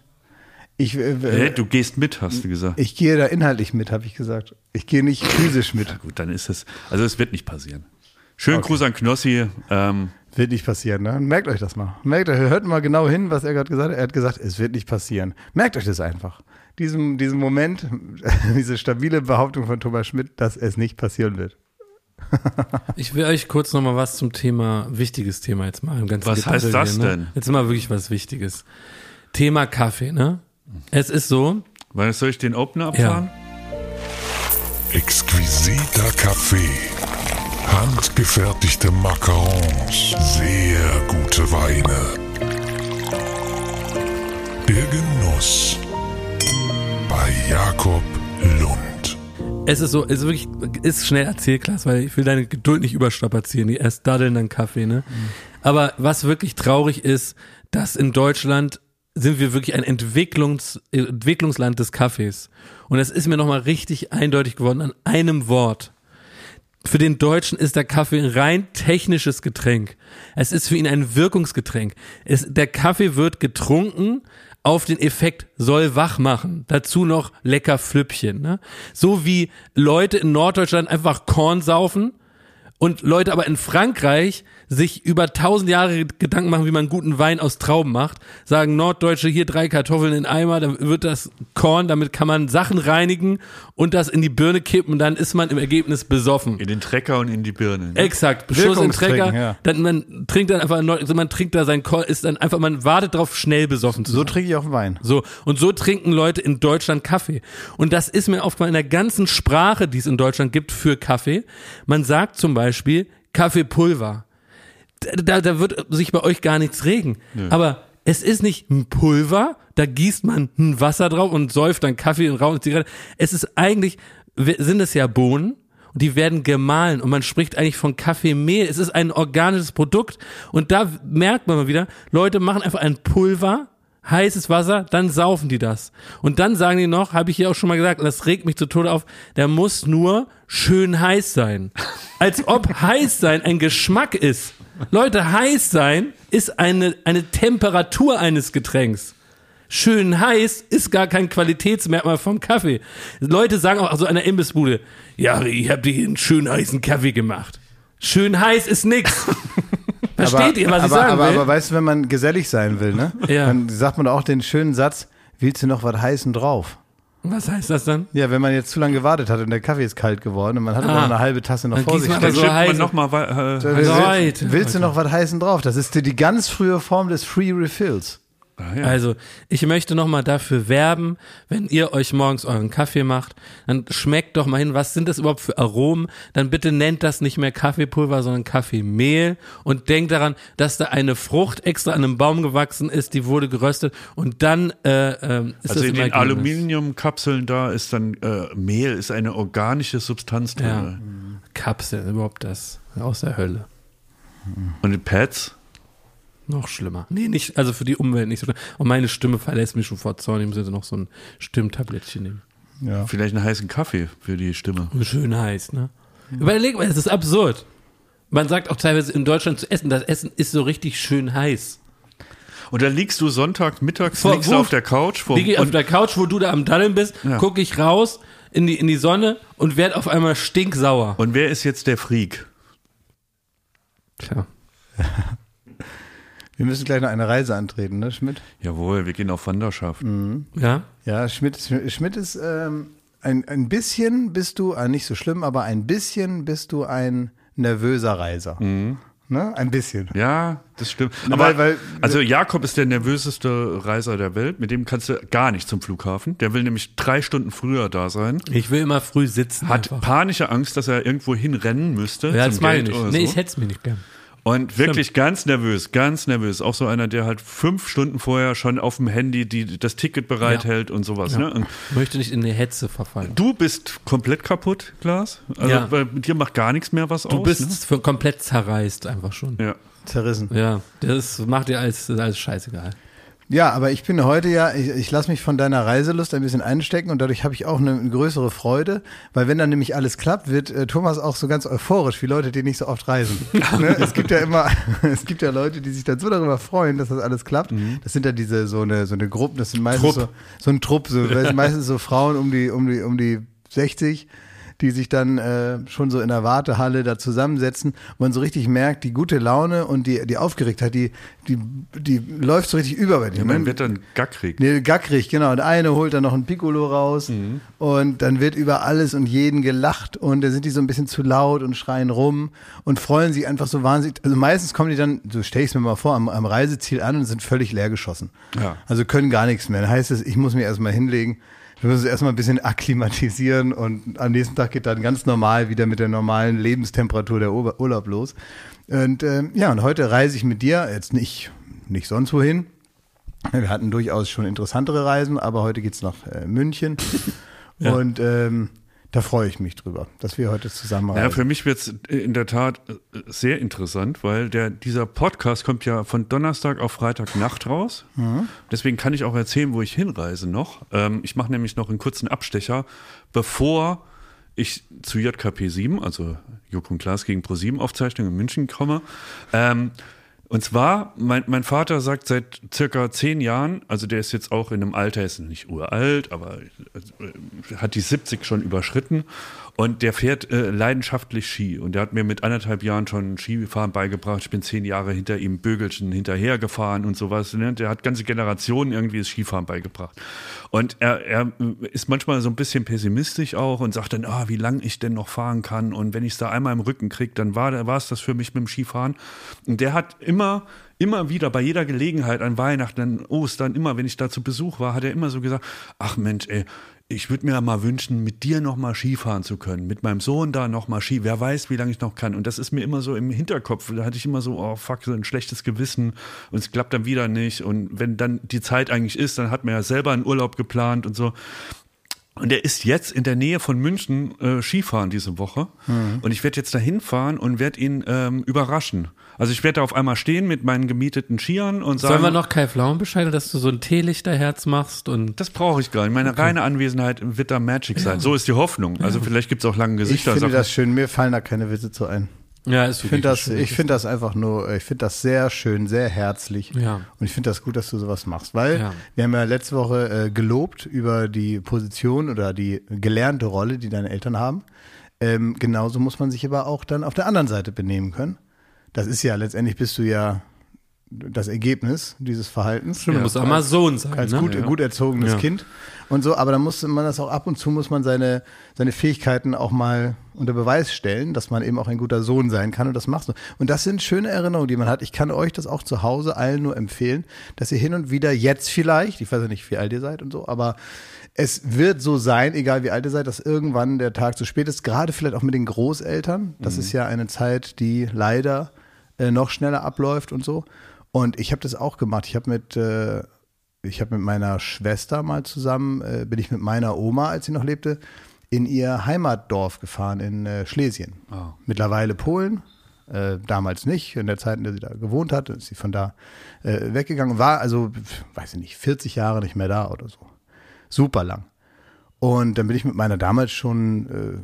A: Ich, äh,
B: Hä,
A: äh,
B: du gehst mit, hast du gesagt.
A: ich gehe da inhaltlich mit, habe ich gesagt. Ich gehe nicht physisch mit.
B: Gut, dann ist es. Also es wird nicht passieren. Schönen Gruß an Knossi. Ähm,
A: Wird nicht passieren, ne? Merkt euch das mal. Merkt euch, hört mal genau hin, was er gerade gesagt hat. Er hat gesagt, es wird nicht passieren. Merkt euch das einfach. Diesen, diesen Moment, diese stabile Behauptung von Thomas Schmidt, dass es nicht passieren wird.
C: Ich will euch kurz nochmal was zum Thema, wichtiges Thema jetzt mal im ganzen
B: Was heißt
C: Gedabbel
B: das
C: hier, ne?
B: denn?
C: Jetzt mal wirklich was Wichtiges. Thema Kaffee, ne? Es ist so,
B: wann soll ich den Opener
C: Ja.
B: abfahren?
G: Exquisiter Kaffee. Handgefertigte Macarons. Sehr gute Weine. Der Genuss. Bei Jakob Lund.
C: Es ist so, es ist wirklich, ist schnell Erzählklasse, weil ich will deine Geduld nicht überstrapazieren. Die erst daddeln, dann Kaffee, ne? Aber was wirklich traurig ist, dass in Deutschland sind wir wirklich ein Entwicklungs, Entwicklungsland des Kaffees. Und das ist mir nochmal richtig eindeutig geworden an einem Wort. Für den Deutschen ist der Kaffee ein rein technisches Getränk. Es ist für ihn ein Wirkungsgetränk. Es, der Kaffee wird getrunken auf den Effekt soll wach machen. Dazu noch lecker Flüppchen. Ne? So wie Leute in Norddeutschland einfach Korn saufen und Leute aber in Frankreich sich über tausend Jahre Gedanken machen, wie man guten Wein aus Trauben macht, sagen Norddeutsche hier drei Kartoffeln in Eimer, dann wird das Korn, damit kann man Sachen reinigen und das in die Birne kippen und dann ist man im Ergebnis besoffen.
B: In den Trecker und in die Birne. ne?
C: Exakt, Beschuss im Trecker,
A: Wirkungstrinken, ja.
C: dann man trinkt dann einfach, neu- also man trinkt da sein Korn, ist dann einfach, man wartet drauf, schnell besoffen zu
A: So trinke ich auch Wein.
C: so, und so trinken Leute in Deutschland Kaffee. Und das ist mir aufgefallen in der ganzen Sprache, die es in Deutschland gibt für Kaffee. Man sagt zum Beispiel Kaffeepulver. Da- Da, da wird sich bei euch gar nichts regen. Aber es ist nicht ein Pulver, da gießt man ein Wasser drauf und säuft dann Kaffee und raucht Zigarette. Es ist eigentlich, we- sind es ja Bohnen. Und die werden gemahlen und man spricht eigentlich von Kaffeemehl. Es ist ein organisches Produkt. Und da merkt man mal wieder, Leute machen einfach ein Pulver heißes Wasser, dann saufen die das. Und dann sagen die noch, habe ich hier auch schon mal gesagt, und das regt mich zu Tode auf, der muss nur schön heiß sein. Als ob heiß sein ein Geschmack ist. Leute, heiß sein ist eine, eine Temperatur eines Getränks. Schön heiß ist gar kein Qualitätsmerkmal vom Kaffee. Leute sagen auch so einer Imbissbude, ja, ich habe dir hier einen schön heißen Kaffee gemacht. Schön heiß ist nix. Versteht ihr, was
A: aber,
C: ich sagen
A: aber,
C: will?
A: aber weißt du, wenn man gesellig sein will, ne?
C: Ja.
A: Dann sagt man auch den schönen Satz, willst du noch was heißen drauf?
C: was heißt das dann?
A: Ja, wenn man jetzt zu lange gewartet hat und der Kaffee ist kalt geworden und man hat immer
C: Ah.
A: noch eine halbe Tasse noch
C: Dann
A: vor
C: gießt
A: sich.
C: man
A: stehen.
B: Dann
C: Also
B: schippt man
C: heißen-
B: nochmal äh,
A: Willst,
C: Leute,
A: willst du
C: Leute.
A: noch was heißen drauf? Das ist die, die ganz frühe Form des Free Refills.
C: Also, ich möchte nochmal dafür werben, wenn ihr euch morgens euren Kaffee macht, dann schmeckt doch mal hin, was sind das überhaupt für Aromen? Dann bitte nennt das nicht mehr Kaffeepulver, sondern Kaffeemehl und denkt daran, dass da eine Frucht extra an einem Baum gewachsen ist, die wurde geröstet und dann äh, ähm, ist
B: Also
C: das
B: in
C: im
B: den
C: Ergebnis.
B: Aluminiumkapseln da ist dann äh, Mehl, ist eine organische Substanz drin.
C: Ja. Kapseln, überhaupt das aus der Hölle.
B: Und die Pads?
C: Noch schlimmer. Nee, nicht, also für die Umwelt nicht so schlimm. Und meine Stimme verlässt mich schon vor Zorn, ich muss jetzt noch so ein Stimmtablettchen nehmen.
B: Vielleicht einen heißen Kaffee für die Stimme.
C: Schön heiß, ne? Überleg mal, es ist absurd. Man sagt auch teilweise in Deutschland zu essen, das Essen ist so richtig schön heiß.
B: Und dann liegst du Sonntagmittags
C: Vor-
B: liegst du
C: wo-
B: auf der Couch vor,
C: Liege ich auf
B: und,
C: der Couch, wo du da am Daddeln bist,
B: Ja.
C: gucke ich raus in die, in die Sonne und werd auf einmal stinksauer.
B: und wer ist jetzt der Freak?
C: Tja.
A: Wir müssen gleich noch eine Reise antreten, ne, Schmidt?
B: Jawohl, wir gehen auf Wanderschaft.
C: Mhm. Ja?
A: Ja, Schmidt ist, Schmidt ist ähm, ein, ein bisschen bist du, äh, nicht so schlimm, aber ein bisschen bist du ein nervöser Reiser. Ne? Ein bisschen.
B: Ja, das stimmt.
A: Na,
B: Aber
A: weil- weil-
B: also Jakob ist der nervöseste Reiser der Welt. Mit dem kannst du gar nicht zum Flughafen. Der will nämlich drei Stunden früher da sein.
C: Ich will immer früh sitzen.
B: Hat
C: einfach.
B: panische Angst, dass er irgendwo hinrennen müsste.
C: Ja,
B: zum
C: das meine ich
B: Gate
C: nicht.
B: oder
C: Nee,
B: so.
C: ich hätte es mir nicht gern.
B: Und wirklich ganz nervös, ganz nervös. Auch so einer, der halt fünf Stunden vorher schon auf dem Handy die, das Ticket bereithält und sowas. Ne? Und
C: Möchte nicht in eine Hetze verfallen.
B: du bist komplett kaputt, Glas. Also
C: Ja.
B: weil mit dir macht gar nichts mehr was aus.
C: Du bist für komplett zerreißt einfach schon.
B: Ne? Ja.
A: Zerrissen.
C: Ja, das macht dir alles, alles scheißegal.
A: Ja, aber ich bin heute ja, ich, ich lasse mich von deiner Reiselust ein bisschen einstecken und dadurch habe ich auch eine größere Freude, weil wenn dann nämlich alles klappt, wird äh, Thomas auch so ganz euphorisch wie Leute, die nicht so oft reisen. ne? Es gibt ja immer, es gibt ja Leute, die sich dann so darüber freuen, dass das alles klappt. Das sind ja diese so eine so eine Gruppe, das sind meistens
B: Trupp.
A: so, so ein Trupp, so, weil meistens so Frauen um die um die um die 60 die sich dann äh, schon so in der Wartehalle da zusammensetzen, wo man so richtig merkt, die gute Laune und die, die Aufgeregtheit, die, die, die läuft so richtig über bei dir.
B: Man
A: ne?
B: wird dann gackrig.
A: Nee, gackrig, genau. Und eine holt dann noch ein Piccolo raus
B: Mhm.
A: und dann wird über alles und jeden gelacht und dann sind die so ein bisschen zu laut und schreien rum und freuen sich einfach so wahnsinnig. Also meistens kommen die dann, so stelle ich es mir mal vor, am, am Reiseziel an und sind völlig leer geschossen.
B: Ja.
A: Also können gar nichts mehr. Dann heißt es, ich muss mich erstmal hinlegen. wir müssen uns erstmal ein bisschen akklimatisieren und am nächsten Tag geht dann ganz normal wieder mit der normalen Lebenstemperatur der Ober- Urlaub los. Und ähm, ja, und heute reise ich mit dir, jetzt nicht, nicht sonst wohin. Wir hatten durchaus schon interessantere Reisen, aber heute geht's nach äh, München. Und ähm, da freue ich mich drüber, dass wir heute zusammen
B: Ja,
A: reisen.
B: für mich wird es in der Tat äh, sehr interessant, weil der, dieser Podcast kommt ja von Donnerstag auf Freitagnacht raus. Deswegen kann ich auch erzählen, wo ich hinreise noch. Ähm, ich mache nämlich noch einen kurzen Abstecher, bevor ich zu JKP 7, also Joko und Klaas gegen Pro 7 Aufzeichnung in München komme. Ähm, und zwar, mein, mein Vater sagt seit circa zehn Jahren, also der ist jetzt auch in einem Alter, ist nicht uralt, aber äh, hat die 70 schon überschritten und der fährt äh, leidenschaftlich Ski. Und der hat mir mit anderthalb Jahren schon Skifahren beigebracht. Ich bin zehn Jahre hinter ihm Bögelchen hinterhergefahren und sowas. Ne? Der hat ganze Generationen irgendwie das Skifahren beigebracht. Und er, er äh, ist manchmal so ein bisschen pessimistisch auch und sagt dann, ah, wie lange ich denn noch fahren kann. Und wenn ich es da einmal im Rücken kriege, dann war war es das für mich mit dem Skifahren. Und der hat immer, immer wieder bei jeder Gelegenheit an Weihnachten, an Ostern, immer, wenn ich da zu Besuch war, hat er immer so gesagt, ach Mensch, ey, ich würde mir ja mal wünschen, mit dir nochmal Skifahren zu können, mit meinem Sohn da nochmal Ski, wer weiß, wie lange ich noch kann. Und das ist mir immer so im Hinterkopf, da hatte ich immer so, oh fuck, so ein schlechtes Gewissen und es klappt dann wieder nicht. Und wenn dann die Zeit eigentlich ist, dann hat man ja selber einen Urlaub geplant und so. Und er ist jetzt in der Nähe von München äh, Skifahren diese Woche.
C: Mhm.
B: Und ich werde jetzt dahin fahren und werde ihn ähm, überraschen. Also ich werde da auf einmal stehen mit meinen gemieteten Skiern und sagen.
C: Sollen wir noch Kai Pflaumen bescheiden, dass du so ein Teelichterherz machst und
B: Das brauche ich gar nicht. Meine reine Anwesenheit wird da Magic sein. So ist die Hoffnung. Also vielleicht gibt es auch lange
A: Ich
B: Gesichter.
A: finde
B: Sachen.
A: das schön, mir fallen da keine Witze zu ein.
C: ja, ist
A: Ich finde das, ich finde das einfach nur, äh, ich finde das sehr schön, sehr herzlich.
C: Ja.
A: Und ich finde das gut, dass du sowas machst, weil
C: Ja.
A: wir haben ja letzte Woche äh, gelobt über die Position oder die gelernte Rolle, die deine Eltern haben. Ähm, genauso muss man sich aber auch dann auf der anderen Seite benehmen können. Das ist ja letztendlich bist du ja das Ergebnis dieses Verhaltens.
C: Du musst auch mal Sohn sein.
A: Als
C: ne?
A: gut,
C: ja.
A: gut erzogenes
C: Ja.
A: Kind und so, aber dann muss man das auch ab und zu muss man seine, seine Fähigkeiten auch mal unter Beweis stellen, dass man eben auch ein guter Sohn sein kann und das machst du. Und das sind schöne Erinnerungen, die man hat. Ich kann euch das auch zu Hause allen nur empfehlen, dass ihr hin und wieder jetzt vielleicht, ich weiß ja nicht, wie alt ihr seid und so, aber es wird so sein, egal wie alt ihr seid, dass irgendwann der Tag zu spät ist, gerade vielleicht auch mit den Großeltern. Das
C: Mhm.
A: ist ja eine Zeit, die leider äh, noch schneller abläuft und so. Und ich habe das auch gemacht. Ich habe mit äh, ich habe mit meiner Schwester mal zusammen, äh, bin ich mit meiner Oma, als sie noch lebte, in ihr Heimatdorf gefahren in äh, Schlesien. Mittlerweile Polen, äh, damals nicht, in der Zeit, in der sie da gewohnt hat, ist sie von da äh, weggegangen, war also, pf, weiß ich nicht, 40 Jahre nicht mehr da oder so. Super lang. Und dann bin ich mit meiner damals schon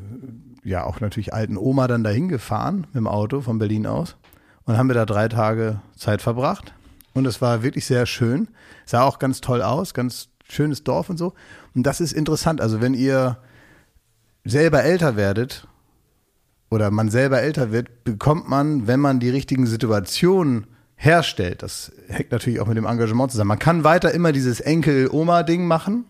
A: äh, ja auch natürlich alten Oma dann dahin gefahren mit dem Auto von Berlin aus und haben wir da drei Tage Zeit verbracht. Und es war wirklich sehr schön. Sah auch ganz toll aus, ganz schönes Dorf und so. Und das ist interessant. Also wenn ihr selber älter werdet oder man selber älter wird, bekommt man, wenn man die richtigen Situationen herstellt, das hängt natürlich auch mit dem Engagement zusammen. Man kann weiter immer dieses Enkel-Oma-Ding machen.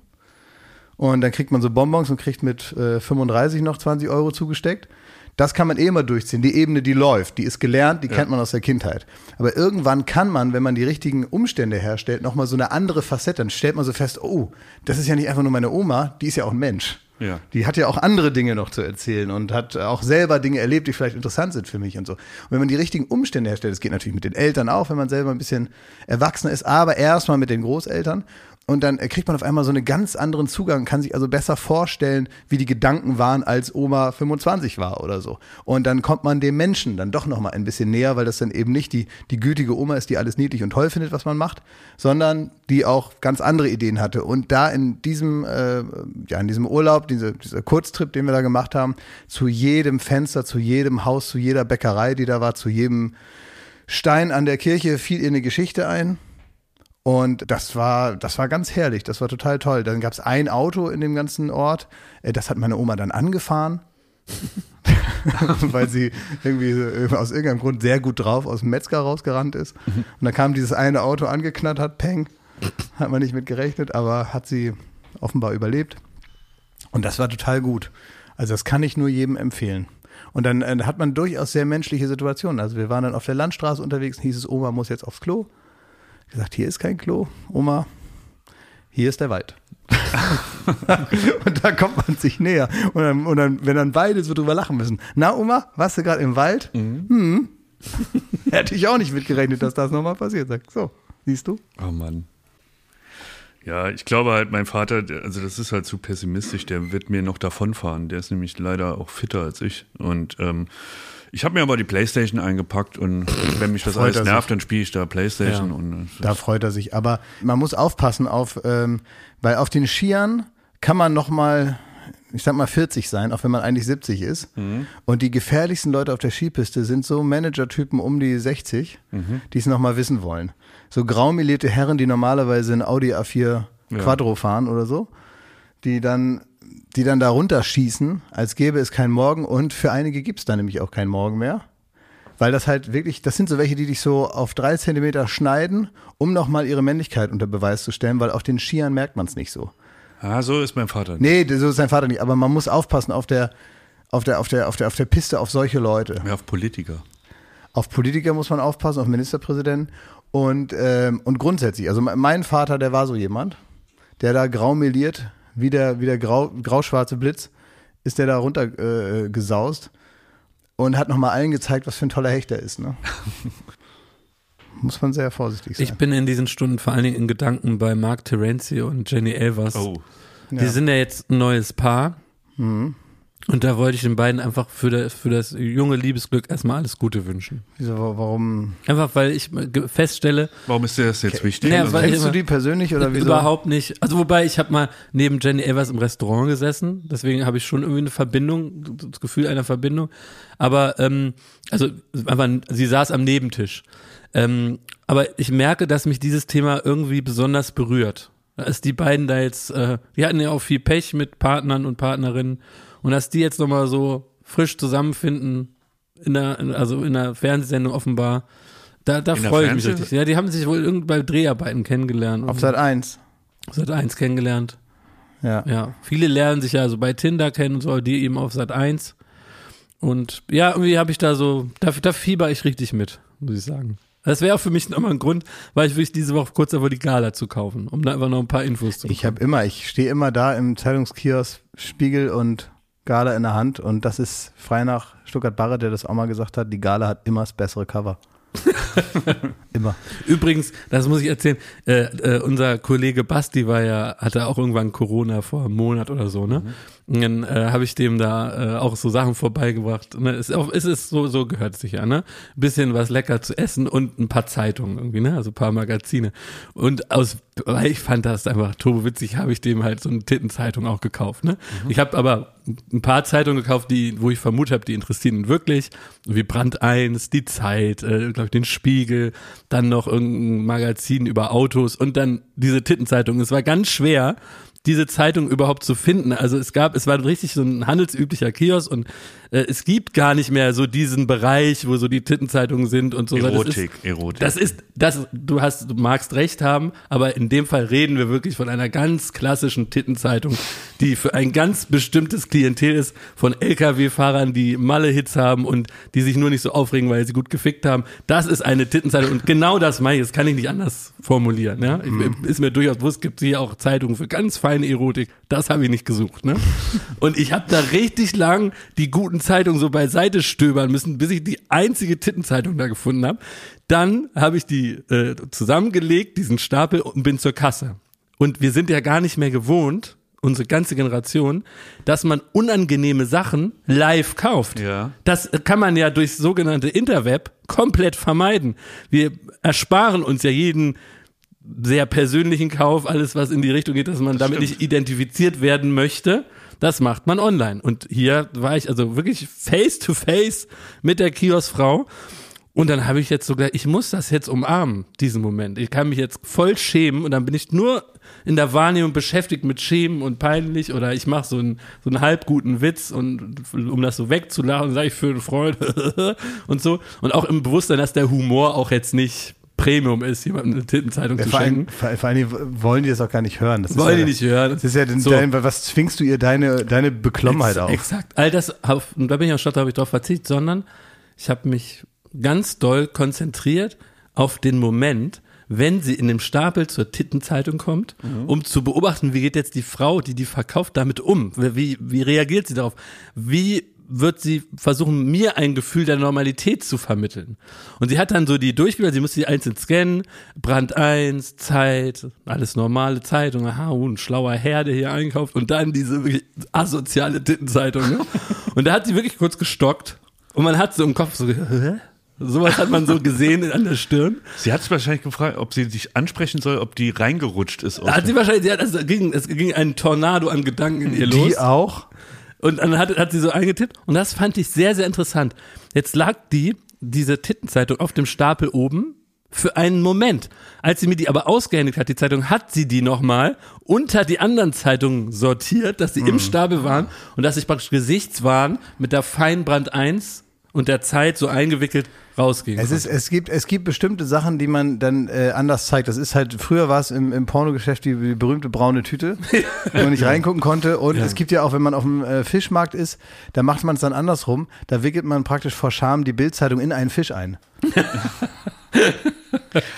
A: Und dann kriegt man so Bonbons und kriegt mit äh, 35 noch 20 Euro zugesteckt. Das kann man eh immer durchziehen. Die Ebene, die läuft, die ist gelernt, die kennt man aus der Kindheit. Aber irgendwann kann man, wenn man die richtigen Umstände herstellt, nochmal so eine andere Facette. Dann stellt man so fest, oh, das ist ja nicht einfach nur meine Oma, die ist ja auch ein Mensch.
B: Ja.
A: Die hat ja auch andere Dinge noch zu erzählen und hat auch selber Dinge erlebt, die vielleicht interessant sind für mich und so. Und wenn man die richtigen Umstände herstellt, das geht natürlich mit den Eltern auch, wenn man selber ein bisschen erwachsener ist, aber erstmal mit den Großeltern. Und dann äh, kriegt man auf einmal so einen ganz anderen Zugang, kann sich also besser vorstellen, wie die Gedanken waren, als Oma 25 war oder so. Und dann kommt man dem Menschen dann doch nochmal ein bisschen näher, weil das dann eben nicht die, die gütige Oma ist, die alles niedlich und toll findet, was man macht, sondern die auch ganz andere Ideen hatte. Und da in diesem, äh, ja, in diesem Urlaub, diese, dieser Kurztrip, den wir da gemacht haben, zu jedem Fenster, zu jedem Haus, zu jeder Bäckerei, die da war, zu jedem Stein an der Kirche fiel ihr eine Geschichte ein. Und das war, das war ganz herrlich, das war total toll. Dann gab es ein Auto in dem ganzen Ort, Äh, das hat meine Oma dann angefahren, weil sie irgendwie so aus irgendeinem Grund sehr gut drauf aus dem Metzger rausgerannt ist. Und dann kam dieses eine Auto angeknattert, peng, hat man nicht mit gerechnet, aber hat sie offenbar überlebt. Und das war total gut. Also das kann ich nur jedem empfehlen. Und dann äh, hat man durchaus sehr menschliche Situationen. Also wir waren dann auf der Landstraße unterwegs, hieß es, Oma muss jetzt aufs Klo gesagt, hier ist kein Klo, Oma. hier ist der Wald. und da kommt man sich näher. Und dann, und dann wenn dann beide so drüber lachen müssen. Na, Oma, warst du gerade im Wald? Hm.
C: Mhm.
A: Hätte ich auch nicht mitgerechnet, dass das nochmal passiert. Sag, so, siehst du?
D: Oh Mann.
B: Ja, ich glaube halt, mein Vater, der- also das ist halt zu pessimistisch, der wird mir noch davonfahren. Der ist nämlich leider auch fitter als ich. Und ähm, ich habe mir aber die Playstation eingepackt und wenn mich das
A: Freut er
B: alles
A: sich.
B: nervt, dann spiele ich da Playstation
C: Ja.
B: und
A: Da freut er sich. Aber man muss aufpassen auf, ähm, weil auf den Skiern kann man nochmal, ich sag mal 40 sein, auch wenn man eigentlich 70 ist. Und die gefährlichsten Leute auf der Skipiste sind so Manager-Typen um die 60, die es nochmal wissen wollen. So graumelierte Herren, die normalerweise in Audi A4 Quattro fahren oder so, die dann die dann da runterschießen, als gäbe es keinen Morgen und für einige gibt es da nämlich auch keinen Morgen mehr. Weil das halt wirklich, das sind so welche, die dich so auf drei Zentimeter schneiden, um nochmal ihre Männlichkeit unter Beweis zu stellen, weil auf den Skiern merkt man es nicht so.
B: ah, so ist mein Vater.
A: Nee, so ist sein Vater nicht, aber man muss aufpassen auf der, auf der, auf der, auf der, auf der Piste auf solche Leute.
B: Mehr auf Politiker.
A: Auf Politiker muss man aufpassen, auf Ministerpräsidenten und, ähm, und grundsätzlich. Also me- mein Vater, der war so jemand, der da graumeliert, wie der, wie der grau, grauschwarze Blitz, ist der da runter äh, gesaust und hat nochmal allen gezeigt, was für ein toller Hecht er ist. Ne? muss man sehr vorsichtig sein.
C: Ich bin in diesen Stunden vor allen Dingen in Gedanken bei Mark Terenzi und Jenny Elvers.
B: Oh,
C: Die sind ja jetzt ein neues Paar.
A: Mhm.
C: Und da wollte ich den beiden einfach für das, für das junge Liebesglück erstmal alles Gute wünschen.
A: Wieso, wa- warum?
C: Einfach weil ich ge- feststelle,
B: warum ist dir das jetzt wichtig?
C: Naja,
B: Also,
C: weil-
A: Kennst du die persönlich oder wieso?
C: Äh, überhaupt nicht. Also wobei, ich habe mal neben Jenny Elvers im Restaurant gesessen, deswegen habe ich schon irgendwie eine Verbindung, das Gefühl einer Verbindung. Aber ähm, also einfach, sie saß am Nebentisch. Ähm, aber ich merke, dass mich dieses Thema irgendwie besonders berührt. Dass die beiden da jetzt, äh, die hatten ja auch viel Pech mit Partnern und Partnerinnen und dass die jetzt nochmal so frisch zusammenfinden, in der, in- also in der Fernsehsendung offenbar. Da, da
B: In der
C: freue ich mich
B: Fernseh-
C: richtig. Ja, die haben sich wohl irgend bei Dreharbeiten kennengelernt.
A: Auf Sat 1.
C: Sat 1 kennengelernt.
A: Ja.
C: Ja, viele lernen sich ja also bei Tinder kennen und so, die eben auf Sat 1. Und ja, irgendwie habe ich da so, da, da fieber ich richtig mit, muss ich sagen. Das wäre auch für mich nochmal ein Grund, weil ich wirklich diese Woche kurz davor die Gala zu kaufen, um da einfach noch ein paar Infos zu
A: Ich habe immer, ich stehe immer da im Zeitungskiosk, Spiegel und Gala in der Hand und das ist frei nach Stuttgart Barre, der das auch mal gesagt hat, die Gala hat immer das bessere Cover. immer.
C: Übrigens, das muss ich erzählen, äh, äh, unser Kollege Basti war ja, hatte auch irgendwann Corona vor einem Monat oder so, ne? Und dann äh, habe ich dem da äh, auch so Sachen vorbeigebracht. Ne? Ist, auch, ist es so, so gehört sich ja, ne? Bisschen was lecker zu essen und ein paar Zeitungen irgendwie, ne? Also ein paar Magazine. Und aus, weil ich fand das einfach turbo witzig, habe ich dem halt so eine Tittenzeitung auch gekauft, ne? Ich habe aber ein paar Zeitungen gekauft, die, wo ich vermutet habe, die interessieren ihn wirklich. Wie Brand 1, die Zeit, äh, glaube ich, den Spiegel, dann noch irgendein Magazin über Autos und dann diese Tittenzeitung. Es war ganz schwer, diese Zeitung überhaupt zu finden. Also es gab, es war richtig so ein handelsüblicher Kiosk und äh, es gibt gar nicht mehr so diesen Bereich, wo so die Tittenzeitungen sind und so. Das ist,
B: Erotik, Erotik.
C: das ist, das, du hast, du magst recht haben, aber in dem Fall reden wir wirklich von einer ganz klassischen Tittenzeitung, die für ein ganz bestimmtes Klientel ist von LKW-Fahrern, die Malle-Hits haben und die sich nur nicht so aufregen, weil sie gut gefickt haben. Das ist eine Tittenzeitung und genau das meine ich, das kann ich nicht anders formulieren, ja. Ich, Ist mir durchaus bewusst, gibt es hier auch Zeitungen für ganz feine Erotik. Das habe ich nicht gesucht, ne? Und ich habe da richtig lang die guten Zeitungen so beiseite stöbern müssen, bis ich die einzige Tittenzeitung da gefunden habe. Dann habe ich die äh, zusammengelegt, diesen Stapel und bin zur Kasse. Und wir sind ja gar nicht mehr gewohnt, unsere ganze Generation, dass man unangenehme Sachen live kauft.
B: Ja.
C: Das kann man ja durch sogenannte Interweb komplett vermeiden. Wir ersparen uns ja jeden sehr persönlichen Kauf, alles was in die Richtung geht, dass man damit nicht identifiziert werden möchte, das macht man online. Und hier war ich also wirklich face to face mit der Kioskfrau. Und dann habe ich jetzt sogar, ich muss das jetzt umarmen, diesen Moment. Ich kann mich jetzt voll schämen und dann bin ich nur in der Wahrnehmung beschäftigt mit Schämen und peinlich oder ich mache so einen, so einen halb guten Witz und um das so wegzulachen, sage ich für einen Freund und so. Und auch im Bewusstsein, dass der Humor auch jetzt nicht Premium ist, jemandem eine Tittenzeitung zu
A: Vor
C: schenken.
A: allem, vor, vor allem wollen die das auch gar nicht hören. Das ist
C: Wollen
A: ja,
C: die nicht hören.
A: Das ist ja, den-
C: So.
A: dein, was zwingst du ihr deine, deine Beklommenheit
C: Ex-
A: auf?
C: Exakt. All das, auf, und da bin ich auch statt, da habe ich drauf verzichtet, sondern ich habe mich ganz doll konzentriert auf den Moment, wenn sie in dem Stapel zur Tittenzeitung kommt,
A: Mhm.
C: um zu beobachten, wie geht jetzt die Frau, die die verkauft, damit um? Wie, wie reagiert sie darauf? Wie wird sie versuchen, mir ein Gefühl der Normalität zu vermitteln. Und sie hat dann so die Durchbilder, sie muss die einzeln scannen, Brand 1, Zeit, alles normale Zeitung, aha, oh, ein schlauer Herde hier einkauft und dann diese wirklich asoziale Tittenzeitung. Ne? Und da hat sie wirklich kurz gestockt und man hat so im Kopf so, hä? Sowas hat man so gesehen an der Stirn.
B: Sie hat es wahrscheinlich gefragt, ob sie dich ansprechen soll, ob die reingerutscht ist. aus
A: Ah,
C: Da hat sie wahrscheinlich, sie hat, es, ging, es ging ein Tornado an Gedanken in ihr los.
A: Die auch.
C: Und dann hat, hat sie so eingetippt und das fand ich sehr, sehr interessant. Jetzt lag die, diese Tittenzeitung auf dem Stapel oben für einen Moment. Als sie mir die aber ausgehändigt hat, die Zeitung, hat sie die nochmal unter die anderen Zeitungen sortiert, dass sie
B: Mhm.
C: im Stapel waren und dass ich praktisch gesichtswahn mit der Feinbrand 1 und der Zeit so eingewickelt rausging.
A: Es, ist, es, gibt, es gibt bestimmte Sachen, die man dann äh, anders zeigt. Das ist halt, früher war es im, im Pornogeschäft die, die berühmte braune Tüte, wo man nicht reingucken konnte. Und es gibt ja auch, wenn man auf dem äh, Fischmarkt ist, da macht man es dann andersrum. Da wickelt man praktisch vor Scham die Bildzeitung in einen Fisch ein.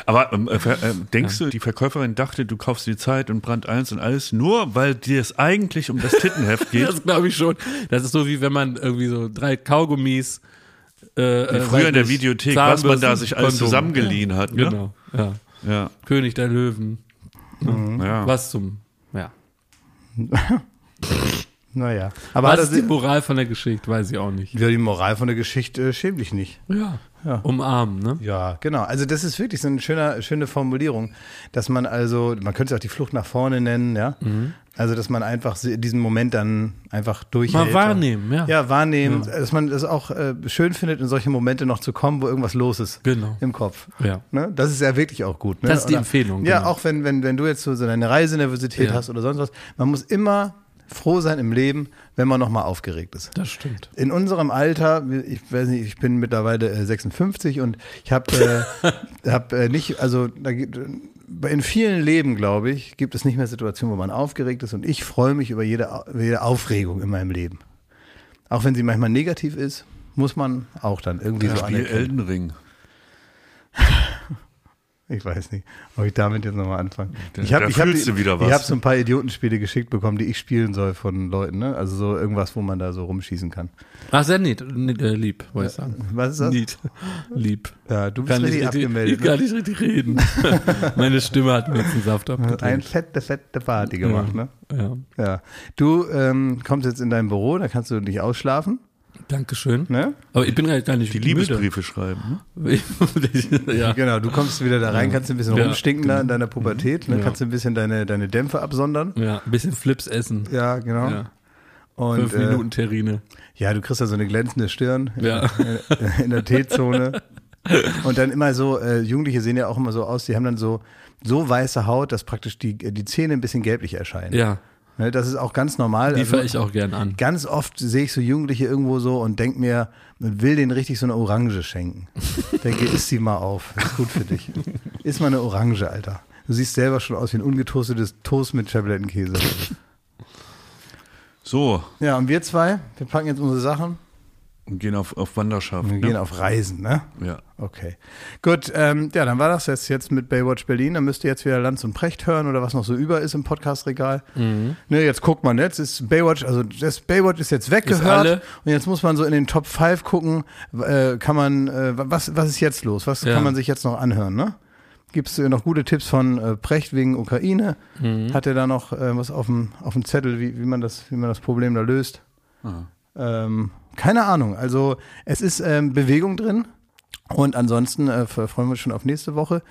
B: Aber ähm, äh, ver- äh, denkst du, die Verkäuferin dachte, du kaufst die Zeit und Brand 1 und alles, nur weil dir es eigentlich um das Tittenheft geht?
C: Das glaube ich schon. Das ist so wie wenn man irgendwie so drei Kaugummis. Äh,
B: Früher in der Videothek, was man da sich alles zusammengeliehen hat. Ne?
C: Genau, ja.
B: Ja,
C: König der Löwen.
B: ja.
C: Hm? Was zum. Ja.
A: Naja. Aber
C: Was
A: das,
C: ist die Moral von der Geschichte? Weiß ich auch nicht.
A: ja, die Moral von der Geschichte äh, schäm dich nicht.
C: Ja. Umarmen, ne?
A: Ja, genau. Also das ist wirklich so eine schöne, schöne Formulierung, dass man also, man könnte es auch die Flucht nach vorne nennen, ja. Also dass man einfach se- diesen Moment dann einfach durchhält.
C: Mhm. Mal wahrnehmen, ja.
A: Ja, wahrnehmen, dass man das auch äh, schön findet, in solche Momente noch zu kommen, wo irgendwas los ist
C: Genau.
A: im Kopf.
C: Ja.
A: Ne? Das ist ja wirklich auch gut. Ne?
C: Das ist die
A: Oder-
C: Empfehlung,
A: Ja,
C: genau.
A: auch wenn, wenn, wenn du jetzt so, so eine Reisenervosität
C: Ja.
A: hast oder sonst was. Man muss immer froh sein im Leben, wenn man nochmal aufgeregt ist.
C: Das stimmt.
A: In unserem Alter, ich weiß nicht, ich bin mittlerweile äh, 56 und ich habe äh, hab, äh, nicht, also da gibt, in vielen Leben, glaube ich, gibt es nicht mehr Situationen, wo man aufgeregt ist und ich freue mich über jede, Au- über jede Aufregung in meinem Leben. Auch wenn sie manchmal negativ ist, muss man auch dann irgendwie so
B: Spiel
A: anerkennen.
B: Elden Ring.
A: Ich weiß nicht, ob ich damit jetzt nochmal anfange. Ich
B: da
A: habe ich hab,
B: fühlst du wieder
A: Ich
B: was.
A: habe so ein paar Idiotenspiele geschickt bekommen, die ich spielen soll von Leuten, ne? Also so irgendwas, wo man da so rumschießen kann.
C: Ach, sehr nett. nett äh, lieb, wollte ich sagen.
A: Was ist das?
C: Lieb. Lieb.
A: Ja, du bist richtig abgemeldet. ne?
C: ich kann nicht richtig reden. Meine Stimme hat mir jetzt einen Saft
A: Ein
C: abgedreht.
A: fette, fette Party gemacht, ne?
C: Ja.
A: Ja. Du ähm, kommst jetzt in dein Büro, da kannst du dich ausschlafen,
C: Dankeschön.
A: ne?
C: Aber ich bin gar nicht
B: Die Liebesbriefe schreiben. Ne?
C: müde. ja.
A: Genau, du kommst wieder da rein, kannst ein bisschen
C: Ja, genau.
A: rumstinken da in deiner Pubertät, ne?
C: Ja.
A: Kannst ein bisschen deine, deine Dämpfe absondern.
C: ja, ein bisschen Flips essen.
A: Ja, genau.
C: Ja.
A: Und
C: Fünf Minuten
A: äh,
C: Terrine.
A: ja, du kriegst da so eine glänzende Stirn
C: Ja.
A: äh, in der T-Zone. Und dann immer so, äh, Jugendliche sehen ja auch immer so aus, die haben dann so, so weiße Haut, dass praktisch die, die Zähne ein bisschen gelblich erscheinen.
C: Ja,
A: Ne, das ist auch ganz normal.
C: die
A: Also-
C: fahre ich auch gern an.
A: Ganz oft sehe ich so Jugendliche irgendwo so und denke mir, man will denen richtig so eine Orange schenken. denke, isst sie mal auf, ist gut für dich. Iss mal eine Orange, Alter. Du siehst selber schon aus wie ein ungetoastetes Toast mit Schablettenkäse.
B: So,
A: Ja, und wir zwei, wir packen jetzt unsere Sachen
B: und gehen auf, auf Wanderschaft.
A: und
B: ne?
A: gehen auf Reisen, ne?
B: Ja.
A: Okay. Gut, ähm, ja, dann war das jetzt, jetzt mit Baywatch Berlin. Dann müsst ihr jetzt wieder Lanz und Precht hören oder was noch so über ist im Podcastregal.
C: Mhm.
A: Ne, jetzt guckt man, jetzt ist Baywatch, also das Baywatch ist jetzt weggehört.
C: alle.
A: und jetzt muss man so in den Top 5 gucken, w- äh, kann man, äh, was, was ist jetzt los? Was
C: Ja.
A: kann man sich jetzt noch anhören, ne? Gibt es noch gute Tipps von äh, Precht wegen Ukraine?
C: Mhm.
A: Hat er da noch äh, was auf dem, auf dem Zettel, wie, wie, man das, wie man das Problem da löst? Ähm, keine Ahnung. Also es ist ähm, Bewegung drin. Und ansonsten äh, f- freuen wir uns schon auf nächste Woche.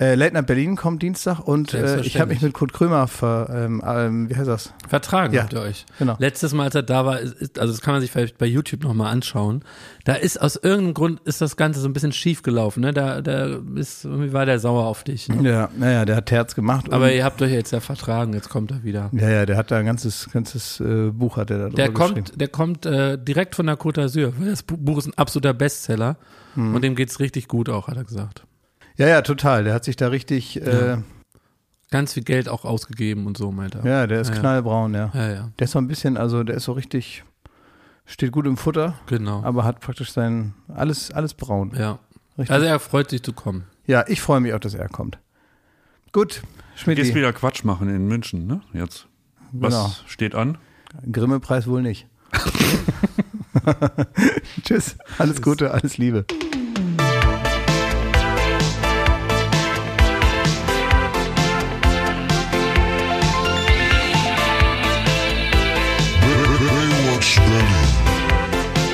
A: Äh, Late Night Berlin kommt Dienstag und äh, ich habe mich mit Kurt Krömer ver, ähm, ähm, wie heißt das?
C: Vertragen
A: Ja,
C: habt ihr euch.
A: genau.
C: Letztes Mal, als er da war, ist- ist, also das kann man sich vielleicht bei YouTube nochmal anschauen. Da ist aus irgendeinem Grund ist das Ganze so ein bisschen schief gelaufen. Ne? Da, da ist, irgendwie war der sauer auf dich. Ne?
A: Ja, naja, der hat Terz gemacht.
C: Aber
A: und,
C: ihr habt euch jetzt ja vertragen, jetzt kommt er wieder.
A: ja, ja, der hat da ein ganzes, ganzes äh, Buch hat er da
C: Der
A: drüber geschrieben.
C: kommt, der kommt äh, direkt von der Côte d'Azur, weil das Bu- Buch ist ein absoluter Bestseller
A: Mhm.
C: und dem geht's richtig gut auch, hat er gesagt.
A: Ja, ja, total. Der hat sich da richtig, äh, ja,
C: Ganz viel Geld auch ausgegeben und so, meint er.
A: der ist
C: Ja, ja.
A: knallbraun, ja.
C: Ja, ja,
A: Der ist so ein bisschen, also der ist so richtig, steht gut im Futter,
C: genau.
A: aber hat praktisch sein alles, alles braun.
C: ja.
A: Richtig.
C: Also er freut sich zu kommen.
A: Ja, ich freue mich auch, dass er kommt. Gut,
B: Gehst
A: Schmidt.
B: wieder Quatsch machen in München, ne? Jetzt. Was
A: Genau.
B: steht an?
A: Grimme-Preis wohl nicht. Tschüss, alles Gute, alles Liebe.
G: Baywatch Berlin.